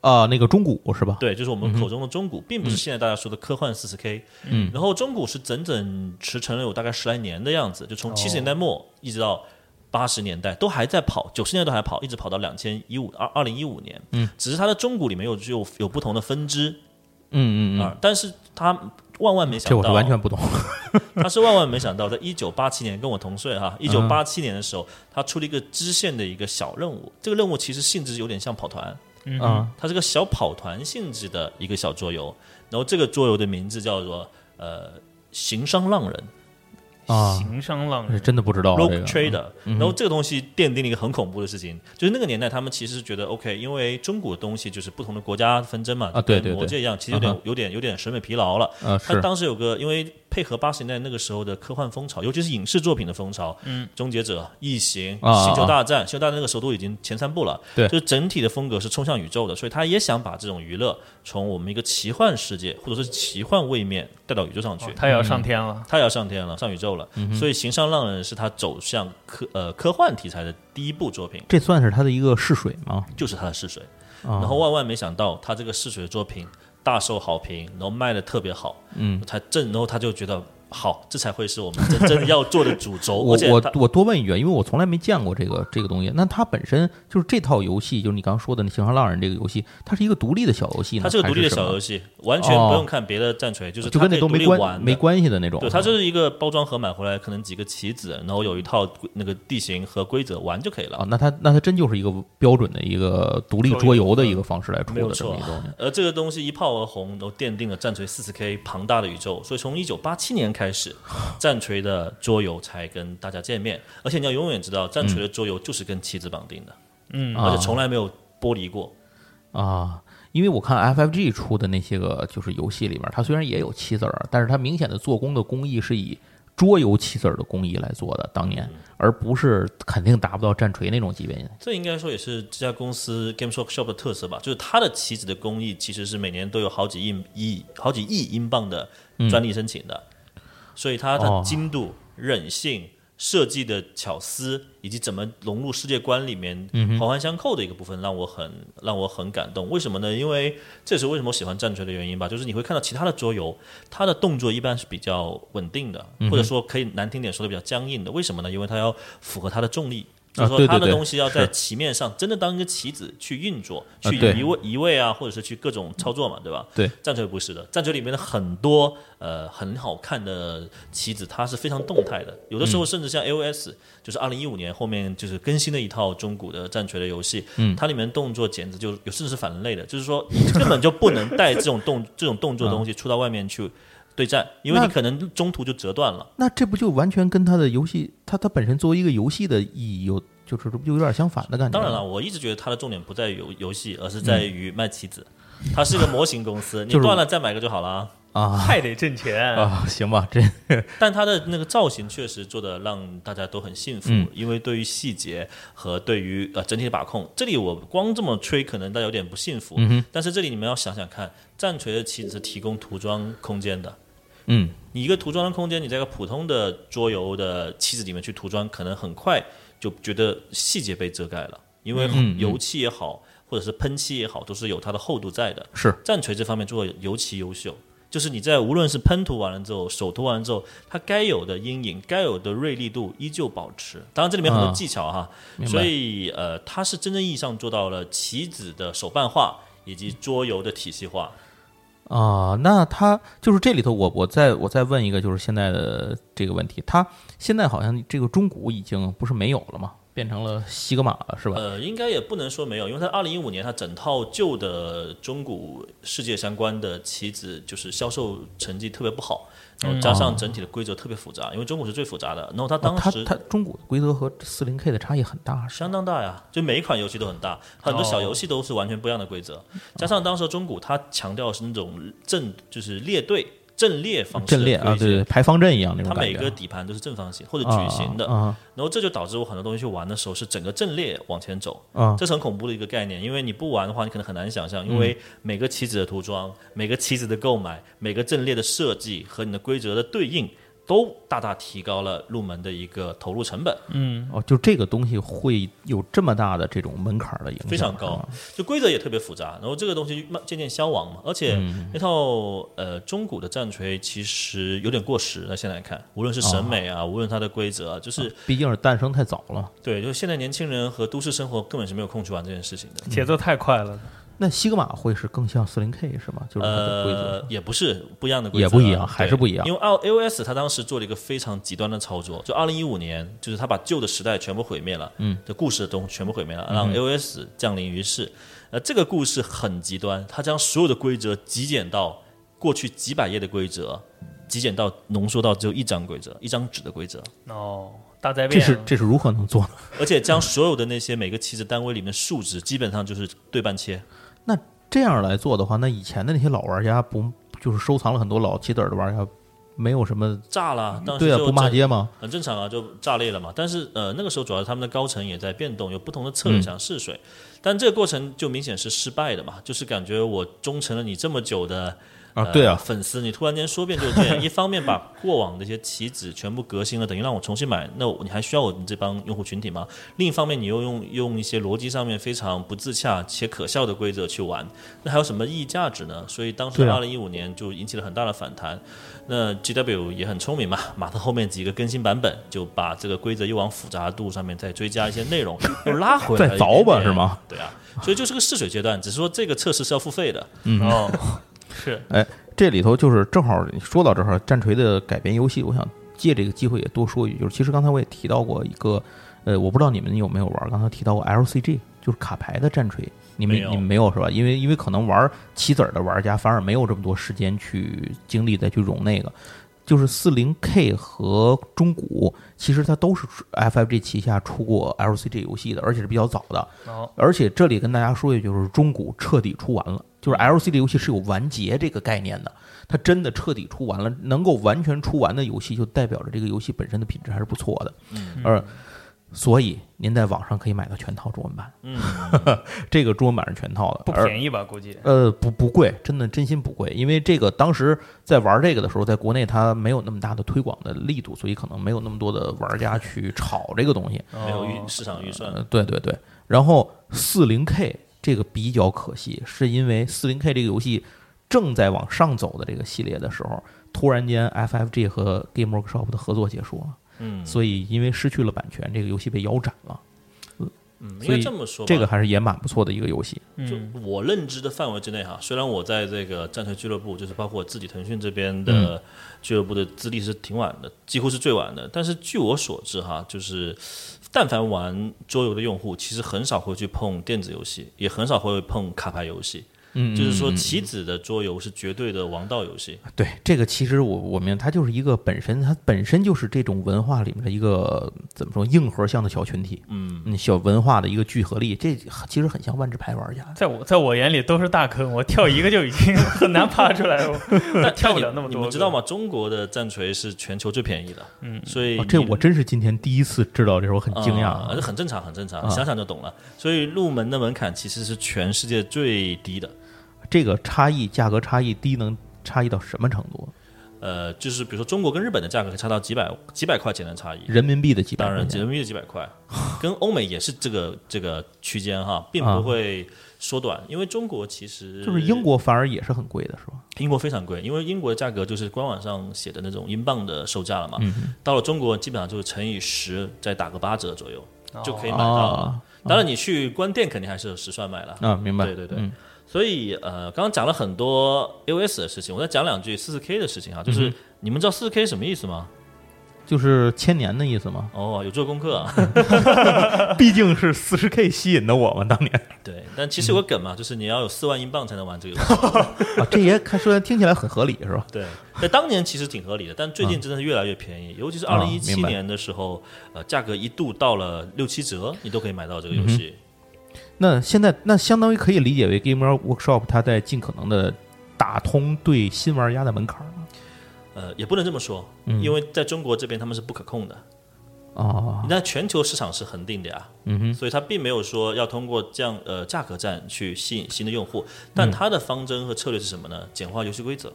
Speaker 3: 啊，那个中古是吧？
Speaker 4: 对，就是我
Speaker 3: 嗯
Speaker 4: 们口中的中古，并不是现在大家说的科幻四十 K。嗯，然后中古是整整驰骋了有大概十来年的样子，就从
Speaker 3: 哦
Speaker 4: 七十年代末一直到八十年代都还在跑，九十年代都还跑，一直跑到两千一五二二零一五年。嗯，只是它的中古里面有有有不同的分支
Speaker 3: 嗯嗯嗯，
Speaker 4: 啊，但是它万万没想
Speaker 3: 这
Speaker 4: 到啊，
Speaker 3: 我是完全不懂。
Speaker 4: 他是万万没想到，在一九八七年跟我同岁
Speaker 3: 嗯
Speaker 4: 哈，一九八七年的时候，他出了一个支线的一个小任务。这个任务其实性质有点像跑团，
Speaker 3: 啊
Speaker 4: 它是个小跑团性质的一个小桌游。然后这个桌游的名字叫做呃《行商浪人》，
Speaker 3: 啊
Speaker 2: 行商浪
Speaker 3: 这
Speaker 2: 人，
Speaker 3: 真的不知道啊
Speaker 4: rogue
Speaker 3: 这个
Speaker 4: trader，、然嗯后这个东西奠定了一个很恐怖的事情，就是那个年代他们其实是觉得 OK，因为中国的东西就是不同的国家纷争嘛，
Speaker 3: 嗯啊对
Speaker 4: 跟
Speaker 3: 对对
Speaker 4: 魔戒一样，其实有点、
Speaker 3: 嗯哼
Speaker 4: 有点有点审美疲劳了。
Speaker 3: 啊
Speaker 4: 他
Speaker 3: 是
Speaker 4: 当时有个，因为配合八十年代那个时候的科幻风潮，尤其是影视作品的风潮，嗯，《终结者》《异形》
Speaker 3: 啊啊
Speaker 4: 星球大战》，星球大战那个时候都已经前三部了，
Speaker 3: 对
Speaker 4: 就是整体的风格是冲向宇宙的，所以他也想把这种娱乐从我们一个奇幻世界或者是奇幻位面带到宇宙上
Speaker 3: 哦
Speaker 4: 去。
Speaker 2: 他也要
Speaker 3: 嗯
Speaker 2: 上天了。
Speaker 4: 他也要上天了，上宇宙了，所以《行商浪人》是他走向科呃科幻题材的第一部作品，
Speaker 3: 这算是他的一个试水吗？
Speaker 4: 就是他的试水。
Speaker 3: 啊
Speaker 4: 然后万万没想到，他这个试水作品大受好评，然后卖的特别好，嗯，才正，然后他就觉得好，这才会是我们真 正要做的主轴。
Speaker 3: 我
Speaker 4: 而且
Speaker 3: 我
Speaker 4: 他
Speaker 3: 我多问一句啊，因为我从来没见过这个这个东西。那它本身就是这套游戏，就是你刚刚说的那《行商浪人》这个游戏，它是一个独立的小游戏呢？
Speaker 4: 它是个独立的小游
Speaker 3: 戏，
Speaker 4: 戏，完全不用看别的战锤，就是
Speaker 3: 哦就
Speaker 4: 它
Speaker 3: 跟
Speaker 4: 可
Speaker 3: 那
Speaker 4: 以
Speaker 3: 都
Speaker 4: 独
Speaker 3: 没
Speaker 4: 立玩
Speaker 3: 关
Speaker 4: 的
Speaker 3: 没关系的那种。啊
Speaker 4: 对，它就是一个包装盒买回来，可能几个棋子，然后有一套那个地形和规则玩就可以了
Speaker 3: 啊，。那它那它真就是一个标准的一个独立桌游的一个方式来出
Speaker 4: 嗯没有
Speaker 3: 的这么
Speaker 4: 错啊
Speaker 3: 一个东西。，
Speaker 4: 而这个东西一炮而红，然后奠定了战锤 40K 庞大的宇宙。所以从1987年开始，战锤的桌游才跟大家见面。而且你要永远知道，战
Speaker 3: 嗯
Speaker 4: 锤的桌游就是跟棋子绑定的，
Speaker 2: 嗯
Speaker 4: 而且从来没有剥离过。
Speaker 3: 啊，因为我看 FFG 出的那些个就是游戏里面，它虽然也有棋子儿，但是它明显的做工的工艺是以桌游棋子儿的工艺来做的，当年，而不是肯定达不到战锤那种级别。
Speaker 4: 这应该说也是这家公司 Games Workshop 的特色吧，就是它的棋子的工艺其实是每年都有好几亿亿好几亿英镑的专利申请的，所以它
Speaker 3: 嗯哦
Speaker 4: 的精度、韧性、设计的巧思，以及怎么融入世界观里面
Speaker 3: 嗯
Speaker 4: 环环相扣的一个部分，让我很让我很感动。为什么呢？因为这也是为什么我喜欢战锤的原因吧，就是你会看到其他的桌游，它的动作一般是比较稳定的，
Speaker 3: 嗯
Speaker 4: 或者说可以难听点说的比较僵硬的。为什么呢？因为它要符合它的重力。就
Speaker 3: 啊
Speaker 4: 是说
Speaker 3: 对
Speaker 4: 它
Speaker 3: 对
Speaker 4: 的
Speaker 3: 对
Speaker 4: 东西要在
Speaker 3: 是
Speaker 4: 棋面上真的当一个棋子去运作、
Speaker 3: 啊
Speaker 4: 去
Speaker 3: 对
Speaker 4: 移位、移位啊，或者是去各种操作嘛，对吧？
Speaker 3: 对，
Speaker 4: 战锤不是的，战锤里面的很多呃很好看的棋子，它是非常动态的，有的时候甚至像 AOS，、就是二零一五年后面就是更新的一套中古的战锤的游戏，嗯，它里面动作简直就有甚至是反人类的，就是说 你根本就不能带这种动这种动作的东西出到外面去对战，因为
Speaker 3: 啊那
Speaker 4: 你可能中途就折断了。
Speaker 3: 那这不就完全跟它的游戏，它它本身作为一个游戏的意义有，就是这不就有点相反的感觉？
Speaker 4: 当然了，，我一直觉得它的重点不在于游游戏，而是在于卖棋子。它是一个模型公司，你
Speaker 3: 嗯 就是
Speaker 4: 断了再买个就好了啊。
Speaker 3: 啊
Speaker 2: 太得挣钱，
Speaker 3: 啊，行吧，这
Speaker 4: 但它的那个造型确实做的让大家都很信服，
Speaker 3: 嗯
Speaker 4: 因为对于细节和对于呃整体的把控，这里我光这么吹，可能大家有点不信服。
Speaker 3: 嗯
Speaker 4: 但是这里你们要想想看，战锤的棋子是提供涂装空间的，
Speaker 3: 嗯，
Speaker 4: 你一个涂装的空间，你在一个普通的桌游的棋子里面去涂装，可能很快就觉得细节被遮盖了，因
Speaker 3: 嗯
Speaker 4: 为油漆也好，或者是喷漆也好，都是有它的厚度在的。
Speaker 3: 是
Speaker 4: 战锤这方面做的尤其优秀，就是你在无论是喷涂完了之后，手涂完了之后，它该有的阴影、该有的锐利度依旧保持。当然，这里面有很
Speaker 3: 啊
Speaker 4: 多技巧哈，
Speaker 3: 明白
Speaker 4: 所以呃，它是真正意义上做到了棋子的手办化以及桌游的体系化。
Speaker 3: 啊，那它就是这里头我，我再我再问一个，就是现在的这个问题，它现在好像这个中古已经不是没有了吗？变成了西格玛了，是吧？
Speaker 4: 呃，应该也不能说没有，因为它二零一五年它整套旧的中古世界相关的棋子就是销售成绩特别不好，然后加上整体的规则特别复杂，因为中古是最复杂的。然后它
Speaker 3: 嗯哦
Speaker 4: 当
Speaker 3: 它
Speaker 4: 时
Speaker 3: 它中古的规则和四零 K 的差异很大，是吧
Speaker 4: 相当大呀，就每一款游戏都很大，很多
Speaker 3: 哦
Speaker 4: 小游戏都是完全不一样的规则。加上当时中古它强调是那种阵，就是列队阵列方式
Speaker 3: 阵列
Speaker 4: 的推
Speaker 3: 啊，对对，
Speaker 4: 进，
Speaker 3: 排方阵一样那种
Speaker 4: 它
Speaker 3: 感
Speaker 4: 每
Speaker 3: 觉。
Speaker 4: 个底盘都是正方形或者
Speaker 3: 啊
Speaker 4: 矩形的。
Speaker 3: 啊
Speaker 4: 然后这就导致我很多东西去玩的时候是整个阵列往前走，
Speaker 3: 啊
Speaker 4: 这是很恐怖的一个概念，因为你不玩的话，你可能很难想象，因为每个棋子的涂装、每个棋子的购买、每个阵列的设计和你的规则的对应，都大大提高了入门的一个投入成本，
Speaker 3: 哦，就这个东西会有这么大的这种门槛儿的影响，啊
Speaker 4: 非常
Speaker 3: 是
Speaker 4: 高
Speaker 3: 吧。
Speaker 4: 就规则也特别复杂，然后这个东西慢渐渐消亡嘛，而且那套呃中古的战锤其实有点过时了，现在看，无论是审美啊，无论它的规则啊，就是
Speaker 3: 毕竟是诞生太早了。
Speaker 4: 对，就是现在年轻人和都市生活根本是没有空去玩这件事情的。
Speaker 2: 节奏太快了。
Speaker 3: 那西格玛会是更像四零 K 是吗？就是它的规则
Speaker 4: 呃，也不是不一样的规则，
Speaker 3: 也不一样
Speaker 4: 对
Speaker 3: 还是不一样
Speaker 4: 因为 A O S 它当时做了一个非常极端的操作，就二零一五年，就是它把旧的时代全部毁灭了，嗯，的故事都全部毁
Speaker 3: 嗯
Speaker 4: 灭了，让 A O S 降临于世。呃，这个故事很极端，它将所有的规则极简到过去几百页的规则，极简到浓缩到只有一张规则，一张纸的规则，
Speaker 2: 哦，大灾
Speaker 3: 嗯这
Speaker 2: 变
Speaker 3: 是这是如何能做呢？
Speaker 4: 而且将所有的那些每个棋子单位里面的数值基本上就是对半切。
Speaker 3: 那这样来做的话，那以前的那些老玩家不就是收藏了很多老棋子儿的玩家，没有什么
Speaker 4: 炸了，当时
Speaker 3: 对啊，
Speaker 4: 就
Speaker 3: 不骂
Speaker 4: 整
Speaker 3: 街吗？
Speaker 4: 很正常啊，就炸裂了嘛。但是呃，那个时候主要是他们的高层也在变动，有不同的策略想试水，但这个过程就明显是失败的嘛，就是感觉我忠诚了你这么久的。
Speaker 3: 啊
Speaker 4: 呃
Speaker 3: 对啊
Speaker 4: 粉丝，你突然间说变就 变，一方面把过往的一些棋子全部革新了，等于让我重新买，那我你还需要我们这帮用户群体吗？另一方面，你又用用一些逻辑上面非常不自洽且可笑的规则去玩，那还有什么意义价值呢？所以当时
Speaker 3: 对啊
Speaker 4: 二零一五年就引起了很大的反弹。那 GW 也很聪明嘛，马特后面几个更新版本就把这个规则又往复杂度上面再追加一些 内容，又拉回来了
Speaker 3: 再
Speaker 4: 一点点。
Speaker 3: 凿吧是吗？
Speaker 4: 对啊，所以就是个试水阶段，只是说这个测试是要付费的。
Speaker 2: 哦，是
Speaker 3: 哎，这里头就是正好说到这儿，战锤的改编游戏，我想借这个机会也多说一句，就是其实刚才我也提到过一个，呃，我不知道你们有没有玩，刚才提到过 LCG，就是卡牌的战锤，你们
Speaker 4: 没有
Speaker 3: 你们没有是吧？因为因为可能玩棋子儿的玩家反而没有这么多时间去精力再去融那个。就是四零 K 和中古，其实它都是 FFG 旗下出过 LCG 游戏的，而且是比较早的。
Speaker 2: 哦，
Speaker 3: 而且这里跟大家说一句，就是中古彻底出完了，就是 LC 的游戏是有完结这个概念的，它真的彻底出完了，能够完全出完的游戏，就代表着这个游戏本身的品质还是不错的。嗯，而所以您在网上可以买到全套中文版，
Speaker 4: 嗯，
Speaker 3: 这个中文版是全套的，
Speaker 2: 不
Speaker 3: 而
Speaker 2: 便宜吧？估 计
Speaker 3: 呃，不不贵，真的真心不贵，因为这个当时在玩这个的时候，在国内它没有那么大的推广的力度，所以可能没有那么多的玩家去炒这个东西。
Speaker 4: 没有预
Speaker 2: 哦
Speaker 4: 市场预算
Speaker 3: 呃，对对对。然后四零 K 这个比较可惜，是因为四零 K 这个游戏正在往上走的这个系列的时候，突然间 FFG 和 Game Workshop 的合作结束了，
Speaker 4: 嗯
Speaker 3: 所以因为失去了版权，这个游戏被腰斩了。
Speaker 4: 嗯，应
Speaker 3: 所
Speaker 4: 该
Speaker 3: 以
Speaker 4: 这么说吧。
Speaker 3: 这个还是也蛮不错的一个游戏。
Speaker 4: 就我认知的范围之内哈，虽然我在这个战锤俱乐部，就是包括我自己腾讯这边的俱乐部的资历是挺晚的，几乎是最晚的。但是据我所知哈，就是但凡玩桌游的用户，其实很少会去碰电子游戏，也很少会碰卡牌游戏。嗯，就是说棋子的桌游是绝对的王道游戏。
Speaker 3: 对，这个其实我我们它就是一个本身它本身就是这种文化里面的一个怎么说硬核向的小群体，嗯小文化的一个聚合力，这其实很像万智牌玩家。
Speaker 2: 在我在我眼里都是大坑，我跳一个就已经 很难爬出来了， 我跳不了那么
Speaker 4: 你
Speaker 2: 多。
Speaker 4: 们知道？吗？中国的战锤是全球最便宜的，嗯，所以
Speaker 3: 哦这
Speaker 4: 你
Speaker 3: 我真是今天第一次知道，这是我很惊讶
Speaker 4: 啊
Speaker 3: 啊
Speaker 4: 这。很正常，很正常，想想就懂了。所以入门的门槛其实是全世界最低的，
Speaker 3: 这个差异，价格差异低能差异到什么程度？
Speaker 4: 呃，就是比如说中国跟日本的价格可以差到几百几百块钱的差异，
Speaker 3: 人民币的几百
Speaker 4: 当
Speaker 3: 块
Speaker 4: 然
Speaker 3: 钱
Speaker 4: 人民币几百 块，跟欧美也是这个这个区间哈，并
Speaker 3: 啊
Speaker 4: 不会缩短，因为中国其实
Speaker 3: 就是英国反而也是很贵的，是吧？
Speaker 4: 英国非常贵，因为英国的价格就是官网上写的那种英镑的售价了嘛，
Speaker 3: 嗯
Speaker 4: 到了中国基本上就是乘以十，再打个八折左右就可以买到了。
Speaker 3: 啊
Speaker 4: 当然，你去关店肯定还是有实算买了。
Speaker 3: 啊，明白。
Speaker 4: 对对对
Speaker 3: 嗯
Speaker 4: 所以呃，刚刚讲了很多 AOS 的事情，我再讲两句4 4 K 的事情哈，就是、你们知道4 4 K 什么意思吗？。
Speaker 3: 就是千年的意思嘛
Speaker 4: 哦，有做功课、啊。
Speaker 3: 毕竟是四十 K 吸引的我嘛，当 年
Speaker 4: 对，但其实有个梗嘛，就是你要有四万英镑才能玩这个游戏。
Speaker 3: 啊，这也看虽然听起来很合理，是吧？
Speaker 4: 对，在当年其实挺合理的，但最近真的是越来越便宜，尤其是二零一
Speaker 3: 啊
Speaker 4: 七
Speaker 3: 明白
Speaker 4: 年的时候，呃，价格一度到了六七折，你都可以买到这个游戏。
Speaker 3: 那现在那相当于可以理解为 Game Workshop 它在尽可能的打通对新玩家的门槛儿嘛
Speaker 4: 呃，也不能这么说，因为在中国这边他们是不可控的，
Speaker 3: 啊。
Speaker 4: 那全球市场是恒定的呀，
Speaker 3: 嗯
Speaker 4: 所以它并没有说要通过这样呃价格战去吸引新的用户，但它的方针和策略是什么呢？简化游戏规则。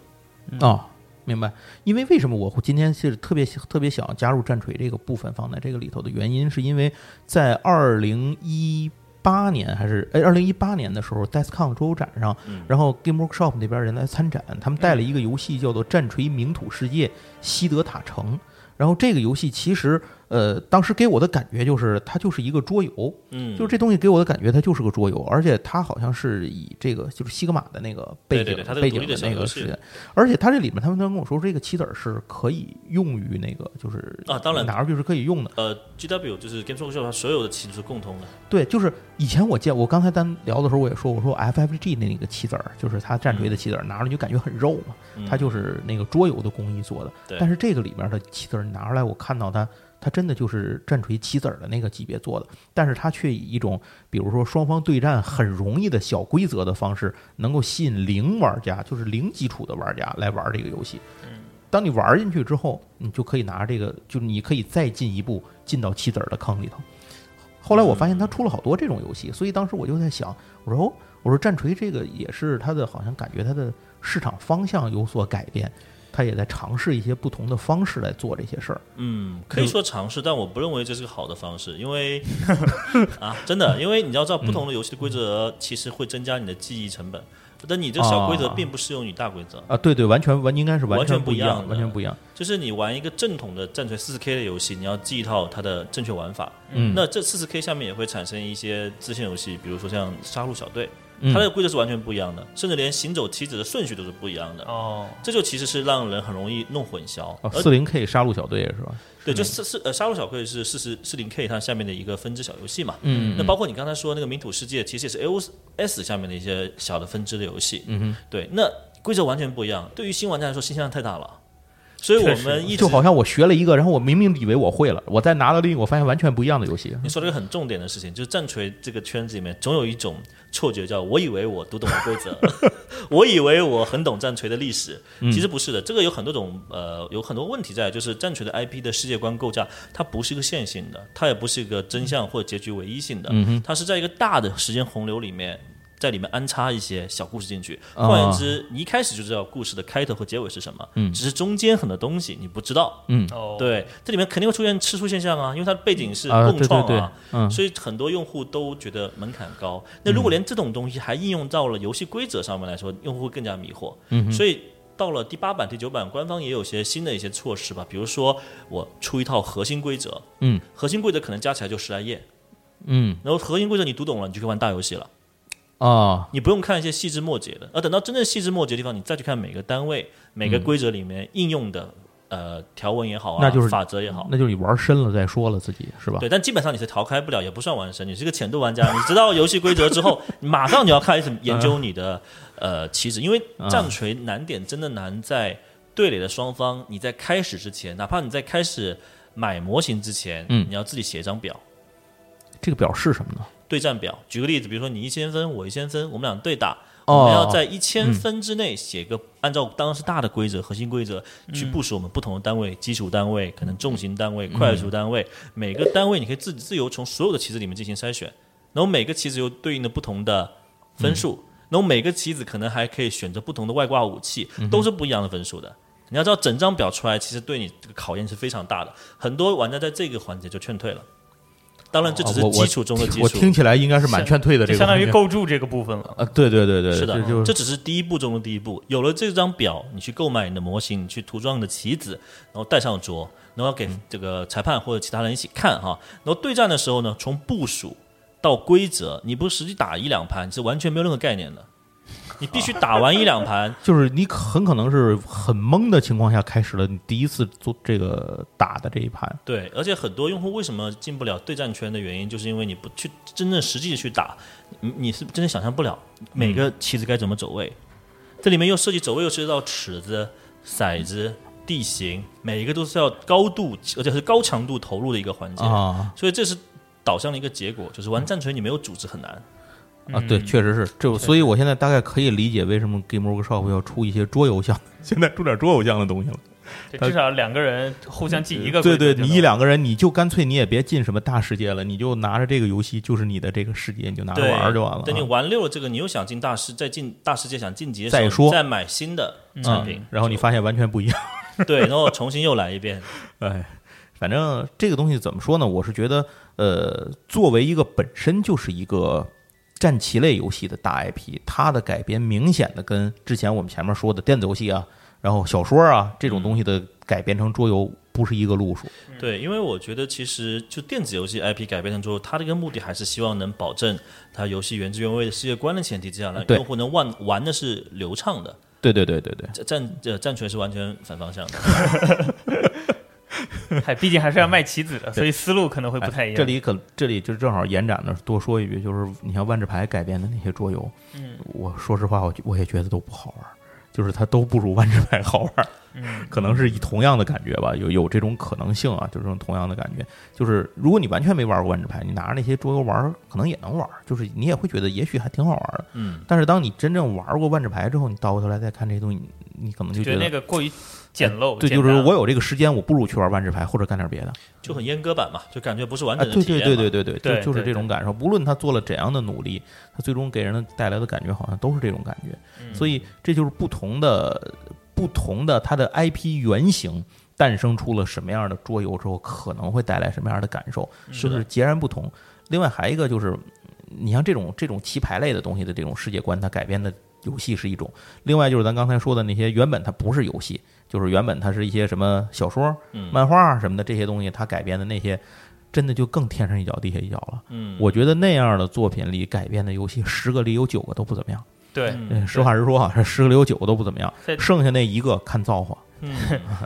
Speaker 3: 哦，明白。因为为什么我会今天是特别特别想加入战锤这个部分放在这个里头的原因，是因为在二零一八年还是哎二零一八年的时候，DESCON 桌游展上，然后 Game Workshop 那边人来参展，他们带了一个游戏叫做《战锤名土世界：西德塔城》。然后这个游戏其实呃，当时给我的感觉就是它就是一个桌游，
Speaker 4: 嗯，
Speaker 3: 就是这东西给我的感觉它就是个桌游，而且它好像是以这个就是西格玛的那个背景
Speaker 4: 对对对它是
Speaker 3: 背
Speaker 4: 独
Speaker 3: 景
Speaker 4: 立的小
Speaker 3: 那
Speaker 4: 游
Speaker 3: 个
Speaker 4: 戏
Speaker 3: 时间，而且它这里面他们刚跟我说这个棋子儿是可以用于那个就是
Speaker 4: 啊当然
Speaker 3: 拿出去是可以用的，
Speaker 4: 呃，GW 就是 Games Workshop 它所有的棋都是共通的，
Speaker 3: 对，就是以前我见我刚才单聊的时候我也说我说 FFG 那个棋子儿就是它战锤的棋子儿拿出去就感觉很肉嘛，
Speaker 4: 嗯
Speaker 3: 它就是那个桌游的工艺做的，
Speaker 4: 对
Speaker 3: 但是这个里面的棋子儿拿出来，我看到它，它真的就是战锤棋子儿的那个级别做的，但是它却以一种比如说双方对战很容易的小规则的方式，能够吸引零玩家，就是零基础的玩家来玩这个游戏。
Speaker 4: 嗯
Speaker 3: 当你玩进去之后，你就可以拿这个，就你可以再进一步进到棋子儿的坑里头。后来
Speaker 4: 嗯
Speaker 3: 我发现它出了好多这种游戏，所以当时我就在想，我说哦我说战锤这个也是它的，好像感觉它的市场方向有所改变，它也在尝试一些不同的方式来做这些事儿。
Speaker 4: 嗯，可以说尝试，但我不认为这是个好的方式，因为啊，真的，因为你要知道，不同的游戏的规则其实会增加你的记忆成本，但你这小规则
Speaker 3: 啊
Speaker 4: 并不适用于大规则。
Speaker 3: 啊，对对，完全完应该是
Speaker 4: 完全
Speaker 3: 全不
Speaker 4: 不一样
Speaker 3: 样，
Speaker 4: 的
Speaker 3: 完全不一样。
Speaker 4: 就是你玩一个正统的战锤四十 K 的游戏，你要记一套它的正确玩法。
Speaker 3: 嗯
Speaker 4: 那这四十 K 下面也会产生一些支线游戏，比如说像杀戮小队，
Speaker 3: 嗯
Speaker 4: 它的规则是完全不一样的，甚至连行走棋子的顺序都是不一样的。
Speaker 2: 哦，
Speaker 4: 这就其实是让人很容易弄混淆。
Speaker 3: 哦，
Speaker 4: 而
Speaker 3: 四零 K 杀戮小队是吧？
Speaker 4: 对，就四四呃，杀戮小队是四十四零 K 它下面的一个分支小游戏嘛。
Speaker 3: 嗯
Speaker 4: 那包括你刚才说那个《名土世界》，其实也是 A O S 下面的一些小的分支的游戏。嗯哼，对，那规则完全不一样，对于新玩家来说，信息量太大了。所以我们一直
Speaker 3: 就好像我学了一个，然后我明明以为我会了，我再拿到另一个，我发现完全不一样的游戏。
Speaker 4: 你说了一个很重点的事情，就是战锤这个圈子里面，总有一种错觉，叫我以为我读懂了规则，我以为我很懂战锤的历史，其实不是的。这个有很多种呃，有很多问题在，就是战锤的 IP 的世界观构架，它不是一个线性的，它也不是一个真相或者结局唯一性的，它是在一个大的时间洪流里面。在里面安插一些小故事进去，
Speaker 3: 啊
Speaker 4: 换言之，你一开始就知道故事的开头和结尾是什么，只是中间很多东西你不知道，
Speaker 2: 哦，，
Speaker 4: 对，这里面肯定会出现吃书现象啊，因为它的背景是
Speaker 3: 啊
Speaker 4: 共创啊，
Speaker 3: 对对对嗯
Speaker 4: 所以很多用户都觉得门槛高。那如果连这种东西还应用到了游戏规则上面来说，用户会更加迷惑。嗯，所以到了第八版、第九版，官方也有些新的一些措施吧，比如说我出一套核心规则，
Speaker 3: 嗯，
Speaker 4: 核心规则可能加起来就十来页，
Speaker 3: 嗯
Speaker 4: 然后核心规则你读懂了，你就可以玩大游戏了。
Speaker 3: 啊，
Speaker 4: 你不用看一些细枝末节的，而等到真正细枝末节的地方，你再去看每个单位、每个规则里面应用的、呃条文也好
Speaker 3: 嗯
Speaker 4: 啊，
Speaker 3: 那就是
Speaker 4: 法则也好，
Speaker 3: 那就是你玩深了再说了，自己是吧？
Speaker 4: 对，但基本上你是逃开不了，也不算完神，你是个浅度玩家。 你知道游戏规则之后，你马上你要开始研究你的、呃棋子，因为
Speaker 3: 嗯
Speaker 4: 战锤难点真的难在对垒的双方，你在开始之前，哪怕你在开始买模型之前，
Speaker 3: 嗯
Speaker 4: 你要自己写一张表。
Speaker 3: 这个表是什么呢？
Speaker 4: 对战表，举个例子，比如说你一千分，我一千分，我们俩对打，
Speaker 3: 哦
Speaker 4: 我们要在一千分之内写个按照当时大的规则、核心规则去部署我们不同的单位，基础单位、可能重型单
Speaker 3: 嗯
Speaker 4: 位、快速单位，每个单位你可以自己自由从所有的棋子里面进行筛选，然后每个棋子又对应的不同的分数，
Speaker 3: 嗯
Speaker 4: 然后每个棋子可能还可以选择不同的外挂武器，
Speaker 3: 嗯
Speaker 4: 都是不一样的分数的。你要知道，整张表出来，其实对你这个考验是非常大的。很多玩家在这个环节就劝退了。当然，这只
Speaker 3: 啊
Speaker 4: 是
Speaker 3: 我我
Speaker 4: 基础中的基础。
Speaker 3: 我听起来应该是蛮劝退的，这
Speaker 2: 就
Speaker 3: 个
Speaker 2: 相当于
Speaker 3: 东西
Speaker 2: 构筑这个部分了。
Speaker 3: 啊，对对对对，
Speaker 4: 是的，
Speaker 3: 这就是
Speaker 4: 只是第一步中的第一步。有了这张表，你去购买你的模型，你去涂装你的棋子，然后带上桌，然后给这个裁判或者其他人一起看哈。然后对战的时候呢，从部署到规则，你不实际打一两盘，你是完全没有任何概念的。你必须打完一两盘，
Speaker 3: 就是你可很可能是很懵的情况下开始了你第一次做这个打的这一盘，
Speaker 4: 对，而且很多用户为什么进不了对战圈的原因，就是因为你不去真正实际的去打，你你是真的想象不了每
Speaker 3: 嗯
Speaker 4: 个棋子该怎么走位。这里面又涉及走位，又涉及到尺子、骰子、地形，每一个都是要高度而且是高强度投入的一个环节。
Speaker 3: 啊
Speaker 4: 所以这是导向了一个结果，就是玩战锤你没有组织很难。
Speaker 3: 啊，对，确实是这，所以我现在大概可以理解为什么 Game Workshop 要出一些桌游项， 现在出点桌游项的东西了。
Speaker 2: 对至少两个人互相记一个规
Speaker 3: 对
Speaker 2: 则
Speaker 3: 对，
Speaker 2: 就
Speaker 3: 你
Speaker 2: 能
Speaker 3: 一两个人，你就干脆你也别进什么大世界了，你就拿着这个游戏就是你的这个世界，你就拿着
Speaker 4: 对，
Speaker 3: 玩儿就完了啊。
Speaker 4: 等你玩溜了这个，你又想进大师，再进大世界想晋级的时
Speaker 3: 再
Speaker 4: 候，
Speaker 3: 说嗯
Speaker 4: 再买新的产品，
Speaker 3: 然后你发现完全不一样。
Speaker 4: 对，然后重新又来一遍。
Speaker 3: 哎，反正这个东西怎么说呢？我是觉得，呃，作为一个本身就是一个战棋类游戏的大 IP，它的改编明显的跟之前我们前面说的电子游戏啊，然后小说啊这种东西的改编成桌游不是一个路数。
Speaker 4: 对，因为我觉得其实就电子游戏 IP 改编成之后，它这个目的还是希望能保证它游戏原汁原味的世界观的前提之下，让
Speaker 3: 对
Speaker 4: 用户能玩玩的是流畅的。
Speaker 3: 对对对对对，
Speaker 4: 战战呃战锤是完全反方向的。
Speaker 2: 还哎毕竟还是要卖棋子的，所以思路可能会不太一样。
Speaker 3: 嗯哎这里可这里就正好延展的多说一句，就是你像万智牌改编的那些桌游，
Speaker 2: 嗯，
Speaker 3: 我说实话，我觉我也觉得都不好玩儿，就是它都不如万智牌好玩儿。
Speaker 2: 嗯
Speaker 3: 可能是以同样的感觉吧，有有这种可能性啊，就是这种同样的感觉。就是如果你完全没玩过万智牌，你拿着那些桌游玩儿，可能也能玩儿，就是你也会觉得也许还挺好玩儿的。
Speaker 4: 嗯，
Speaker 3: 但是当你真正玩过万智牌之后，你倒过头来再看这些东西，你你可能就
Speaker 2: 觉
Speaker 3: 觉
Speaker 2: 得那
Speaker 3: 得。哎
Speaker 2: 个过于简陋。
Speaker 3: 对，
Speaker 2: 简
Speaker 3: 就
Speaker 2: 单
Speaker 3: 是我有这个时间，我不如去玩万智牌或者干点别的。
Speaker 4: 就很阉割版嘛，就感觉不是完
Speaker 3: 啊，
Speaker 4: 整的
Speaker 3: 对
Speaker 4: 体验
Speaker 3: 对
Speaker 4: 嘛。
Speaker 3: 对对对对，
Speaker 2: 对
Speaker 3: 就就是
Speaker 2: 对
Speaker 3: 这种感受。无论他做了怎样的努力，他最终给人的带来的感觉好像都是这种感觉。
Speaker 4: 嗯
Speaker 3: 所以这就是不同的不同的它的 IP 原型诞生出了什么样的桌游之后，可能会带来什么样的感受，
Speaker 4: 是
Speaker 3: 是
Speaker 4: 的
Speaker 3: 不是截然不同？另外还一个就是，你像这种这种棋牌类的东西的这种世界观，它改编的游戏是一种；另外就是咱刚才说的那些原本它不是游戏，就是原本它是一些什么小说、
Speaker 4: 嗯
Speaker 3: 漫画啊什么的这些东西，它改编的那些。真的就更天上一脚地下一脚了。
Speaker 4: 嗯，
Speaker 3: 我觉得那样的作品里改编的游戏，十个里有九个都不怎么样。
Speaker 2: 对，
Speaker 3: 嗯，实话实说啊，这十个里有九个都不怎么样
Speaker 2: 在，
Speaker 3: 剩下那一个看造化。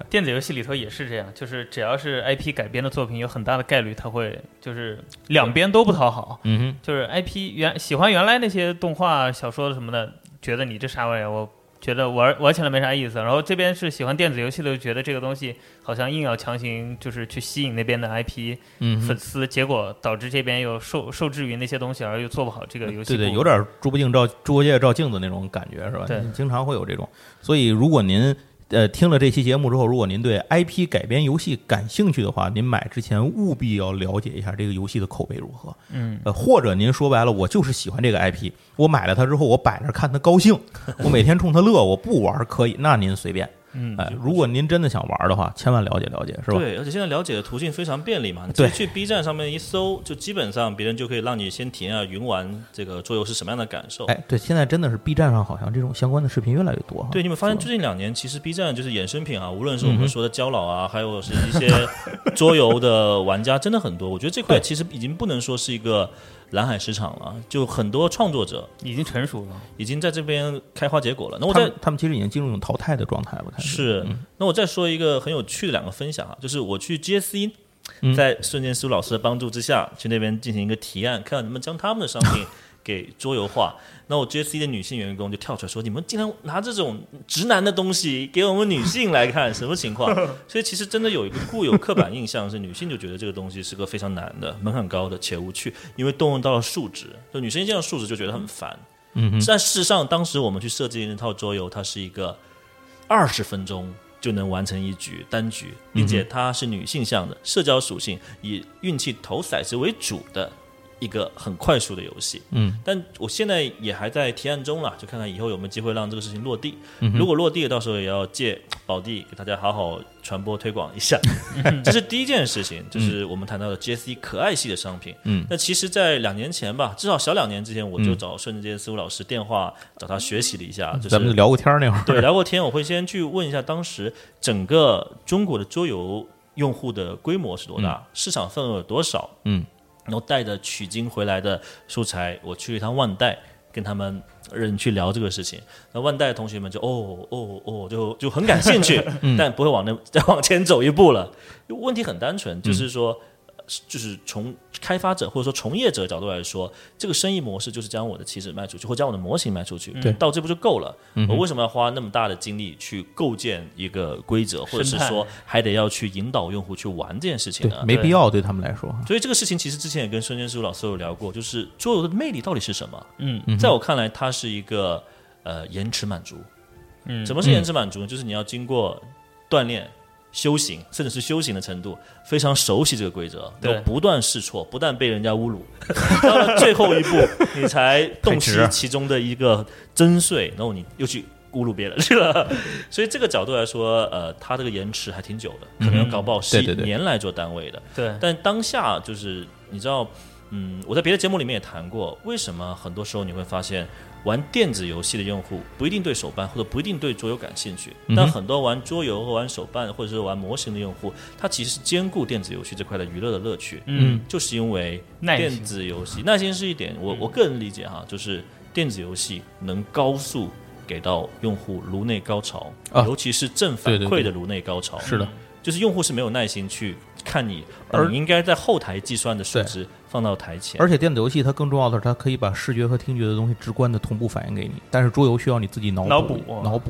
Speaker 2: 电子游戏里头也是这样，就是只要是 IP 改编的作品，有很大的概率它会就是两边都不讨好。
Speaker 3: 嗯
Speaker 2: 就是 IP 原喜欢原来那些动画、小说什么的，觉得你这啥玩意儿，我觉得玩玩起来没啥意思。然后这边是喜欢电子游戏的，就觉得这个东西好像硬要强行就是去吸引那边的 IP
Speaker 3: 嗯
Speaker 2: 粉
Speaker 3: 哼，
Speaker 2: 丝，结果导致这边又受受制于那些东西，而又做不好这个游戏
Speaker 3: 呃对
Speaker 2: 部。
Speaker 3: 对，有点猪八戒照猪八戒照镜子那种感觉是吧？
Speaker 2: 对
Speaker 3: 经常会有这种。所以如果您呃听了这期节目之后，如果您对 IP 改编游戏感兴趣的话，您买之前务必要了解一下这个游戏的口碑如何。
Speaker 2: 嗯，
Speaker 3: 呃，或者您说白了，我就是喜欢这个 IP，我买了它之后，我摆那儿看它 高兴，我每天冲它乐，我不玩儿可以，那您随便。
Speaker 2: 嗯
Speaker 3: 哎，如果您真的想玩儿的话，千万了解了解，是吧？
Speaker 4: 对，而且现在了解的途径非常便利嘛，你直接
Speaker 3: 对
Speaker 4: 去 B 站上面一搜，就基本上别人就可以让你先体验啊云玩这个桌游是什么样的感受。
Speaker 3: 哎，对，现在真的是 B 站上好像这种相关的视频越来越多哈。
Speaker 4: 对，你们发现
Speaker 3: 是
Speaker 4: 最近两年，其实 B 站就是衍生品啊，无论是
Speaker 3: 嗯
Speaker 4: 我们说的胶老啊，还有是一些桌游的玩家，真的很多。我觉得这块
Speaker 3: 对
Speaker 4: 其实已经不能说是一个蓝海市场了，就很多创作者
Speaker 2: 已经成熟了。
Speaker 4: 已经在这边开花结果了。那我
Speaker 3: 他
Speaker 4: 再
Speaker 3: 们他们其实已经进入一种淘汰的嗯状态了，开始。
Speaker 4: 是，那我再说一个很有趣的两个分享啊，就是我去 GSC，
Speaker 3: 嗯
Speaker 4: 在瞬间苏老师的帮助之下，去那边进行一个提案，看看能不能将他们的商 品给桌游化。那我 GSC 的女性员工就跳出来说：“你们竟然拿这种直男的东西给我们女性来 看，什么情况？”所以其实真的有一个固有刻板印象，是女性就觉得这个东西是个非常难的、门槛高的且无趣，因为动用到了数值，就女生一见到数值就觉得很烦。
Speaker 3: 嗯哼，
Speaker 4: 但事实上，当时我们去设计那套桌游，它是一个二十分钟就能完成一局单局，并
Speaker 3: 嗯
Speaker 4: 且它是女性向的，社交属性以运气投骰子为主的一个很快速的游戏。
Speaker 3: 嗯，
Speaker 4: 但我现在也还在提案中了，就看看以后有没有机会让这个事情落地。
Speaker 3: 嗯
Speaker 4: 如果落地了，到时候也要借宝地给大家好好传播推广 一下。这是第一件事情，就是我们谈到的 JC 可爱系的商品。
Speaker 3: 嗯
Speaker 4: 那其实，在两年前吧，至少小两年之前，我就找瞬间思维老师电话找他学习了一下，就是
Speaker 3: 咱们就聊过天儿那会儿。
Speaker 4: 对，聊过天，我会先去问一下当时整个中国的桌游用户的规模是多大，市场份额有多少，
Speaker 3: 嗯，
Speaker 4: 然后带着取经回来的素材，我去一趟万代，跟他们人去聊这个事情。那万代的同学们就哦哦哦，就就很感兴趣，但不会往那再往前走一步了。问题很单
Speaker 3: 嗯
Speaker 4: 纯，就是说。呃就是从开发者或者说从业者的角度来说，这个生意模式就是将我的棋子卖出去，或将我的模型卖出去，
Speaker 3: 对嗯
Speaker 4: 到这步就够了。我为什么要花那么大的精力去构建一个规则，或者是
Speaker 2: 生态
Speaker 4: 说还得要去引导用户去玩这件事 情
Speaker 3: 对
Speaker 4: 呢？，
Speaker 3: 没必要对他们来说。
Speaker 4: 所以这个事情其实之前也跟孙坚书老师有聊过，就是桌游的魅力到底是什么？
Speaker 2: 嗯，
Speaker 4: 在我看来，它是一个呃延迟满足。
Speaker 2: 嗯
Speaker 4: 什么是延迟满足呢？就是你要经过锻炼、修行，甚至是修行的程度，非常熟悉这个规则，
Speaker 2: 对
Speaker 4: 然后不断试错，不但被人家侮辱， 到了最后一步，你才洞悉
Speaker 3: 太直
Speaker 4: 其中的一个真髓，然后你又去。侮辱别人去了， 所以这个角度来说，呃，它这个延迟还挺久的，可能搞不好
Speaker 3: 嗯
Speaker 4: 是
Speaker 3: 对
Speaker 4: 以
Speaker 3: 对对
Speaker 4: 年来做单位的。
Speaker 2: 对，
Speaker 4: 但当下就是你知道，嗯，我在别的节目里面也谈过，为什么很多时候你会发现，玩电子游戏的用户不一定对手办或者不一定对桌游感兴趣，
Speaker 3: 嗯
Speaker 4: 但很多玩桌游和玩手办或者是玩模型的用户，他其实是兼顾电子游戏这块的娱乐的乐趣。
Speaker 2: 嗯，
Speaker 4: 就是因为
Speaker 2: 耐心
Speaker 4: 电子游戏耐心是一点，
Speaker 3: 嗯
Speaker 4: 我我个人理解哈，就是电子游戏能高速给到用户颅内高潮，
Speaker 3: 啊
Speaker 4: 尤其是正反
Speaker 3: 对对对
Speaker 4: 馈的颅内高潮。
Speaker 3: 是的，
Speaker 4: 就是用户是没有耐心去看你，而应该在后台计算的数
Speaker 3: 对
Speaker 4: 值放到台前。
Speaker 3: 而且电子游戏它更重要的是，它可以把视觉和听觉的东西直观的同步反映给你，但是桌游需要你自己脑
Speaker 2: 脑
Speaker 3: 补
Speaker 2: 补
Speaker 3: 脑补。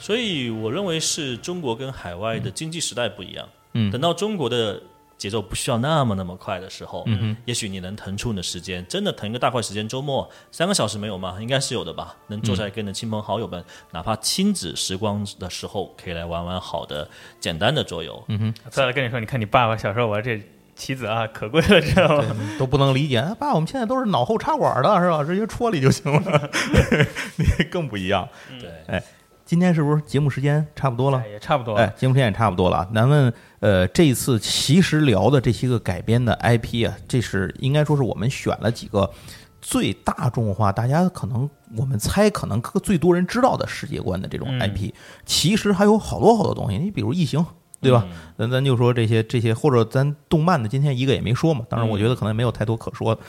Speaker 4: 所以我认为是中国跟海外的经济时代不一样。
Speaker 3: 嗯
Speaker 4: 等到中国的节奏不需要那么那么快的时候，
Speaker 3: 嗯哼
Speaker 4: 也许你能腾出你的时间，真的腾一个大块时间，周末三个小时没有吗？应该是有的吧？能坐下来跟你的亲朋好
Speaker 3: 嗯
Speaker 4: 友们，哪怕亲子时光的时候，可以来玩玩好的简单的桌游。
Speaker 2: 再来跟你说，你看你爸爸小时候玩这棋子啊，可贵了，知道吗？
Speaker 3: 都不能理解。哎爸，我们现在都是脑后插管的，是吧？直接戳里就行了， 你更不一样。哎
Speaker 4: 对，
Speaker 3: 今天是不是节目时间差不多了
Speaker 2: 哎？也差不多了。
Speaker 3: 哎，节目时间也差不多了啊。咱们呃，这一次其实聊的这些个改编的 IP 啊，这是应该说是我们选了几个最大众化，大家可能我们猜可能最多人知道的世界观的这种
Speaker 2: 嗯
Speaker 3: IP，、其实还有好多好多东西。你比如《异形》。对
Speaker 2: 嗯
Speaker 3: 吧？咱咱就说这些这些，或者咱动漫的今天一个也没说嘛。当然，
Speaker 2: 嗯
Speaker 3: 我觉得可能没有太多可说的，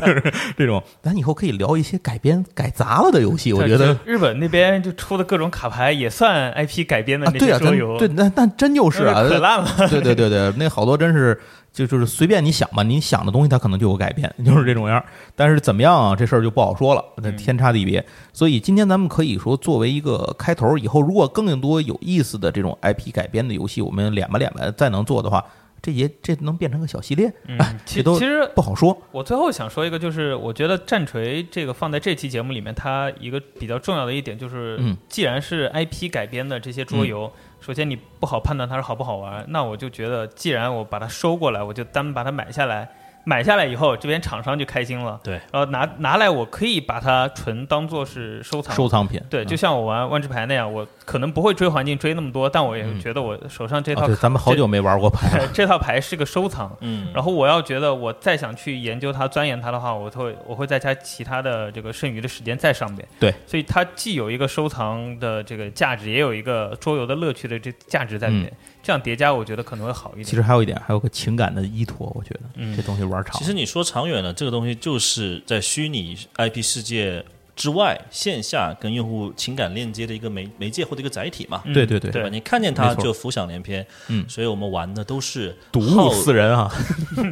Speaker 3: 就是 这种。咱以后可以聊一些改编改砸了的游戏，我觉得
Speaker 2: 就日本那边就出的各种卡牌也算 IP 改编的
Speaker 3: 啊，
Speaker 2: 那
Speaker 3: 对
Speaker 2: 些
Speaker 3: 啊，咱
Speaker 2: 桌游，
Speaker 3: 对，那那真就是啊，
Speaker 2: 可烂了。
Speaker 3: 对对对对，那好多真是就就是随便你想吧，你想的东西它可能就有改变，就是这种样儿。但是怎么样啊，这事儿就不好说了，那天差地别。
Speaker 2: 嗯
Speaker 3: 所以今天咱们可以说作为一个开头，以后如果更多有意思的这种 IP 改编的游戏，我们敛吧敛吧，再能做的话，这也这能变成个小系列，
Speaker 2: 嗯
Speaker 3: 哎，
Speaker 2: 其
Speaker 3: 这都
Speaker 2: 其实
Speaker 3: 不好说。
Speaker 2: 我最后想说一个，就是我觉得战锤这个放在这期节目里面，它一个比较重要的一点就是
Speaker 3: 嗯，
Speaker 2: 既然是 IP 改编的这些桌游，首先你不好判断它是好不好玩，那我就觉得，既然我把它收过来，我就单把它买下来，买下来以后，这边厂商就开心了，
Speaker 4: 对，
Speaker 2: 然后拿拿来我可以把它纯当做是收藏
Speaker 3: 收藏品，
Speaker 2: 对，
Speaker 3: 嗯
Speaker 2: 就像我玩万智牌那样，我可能不会追环境追那么多，但我也觉得我手上这
Speaker 3: 啊，
Speaker 2: 套、
Speaker 3: 嗯对，咱们好久没玩 过牌了
Speaker 2: 这。这套牌是个收藏。
Speaker 4: 嗯，
Speaker 2: 然后我要觉得我再想去研究它、钻研它的话，我会我会再加其他的这个剩余的时间在上面。
Speaker 3: 对，
Speaker 2: 所以它既有一个收藏的这个价值，也有一个桌游的乐趣的这价值在里面。这样叠加，我觉得可能会好一点。
Speaker 3: 其实还有一点，还有个情感的依托，我觉得、
Speaker 2: 嗯
Speaker 3: 这东西玩长
Speaker 4: 其实你说长远了，这个东西就是在虚拟 IP 世界之外，线下跟用户情感链接的一个媒媒介或者一个载体嘛。
Speaker 2: 嗯
Speaker 3: 对对对
Speaker 4: 对吧？
Speaker 2: 对，
Speaker 4: 你看见它
Speaker 3: 没错
Speaker 4: 就浮想联翩，
Speaker 3: 嗯
Speaker 4: 所以我们玩的都是
Speaker 3: 睹物思人啊。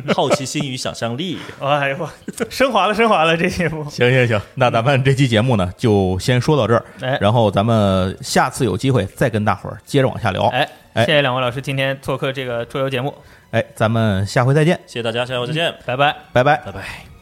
Speaker 4: 好好奇心与想象力。
Speaker 2: 哎呦，升华了，升华了，这节目。
Speaker 3: 行行行，那咱们这期节目呢，就先说到这儿，
Speaker 2: 哎
Speaker 3: 然后咱们下次有机会再跟大伙儿接着往下聊。哎
Speaker 2: 哎，谢谢两位老师今天做客这个桌游节目，
Speaker 3: 哎咱们下回再见，
Speaker 4: 谢谢大家，下回再见，
Speaker 2: 拜拜。
Speaker 3: 嗯拜拜。
Speaker 4: 拜拜。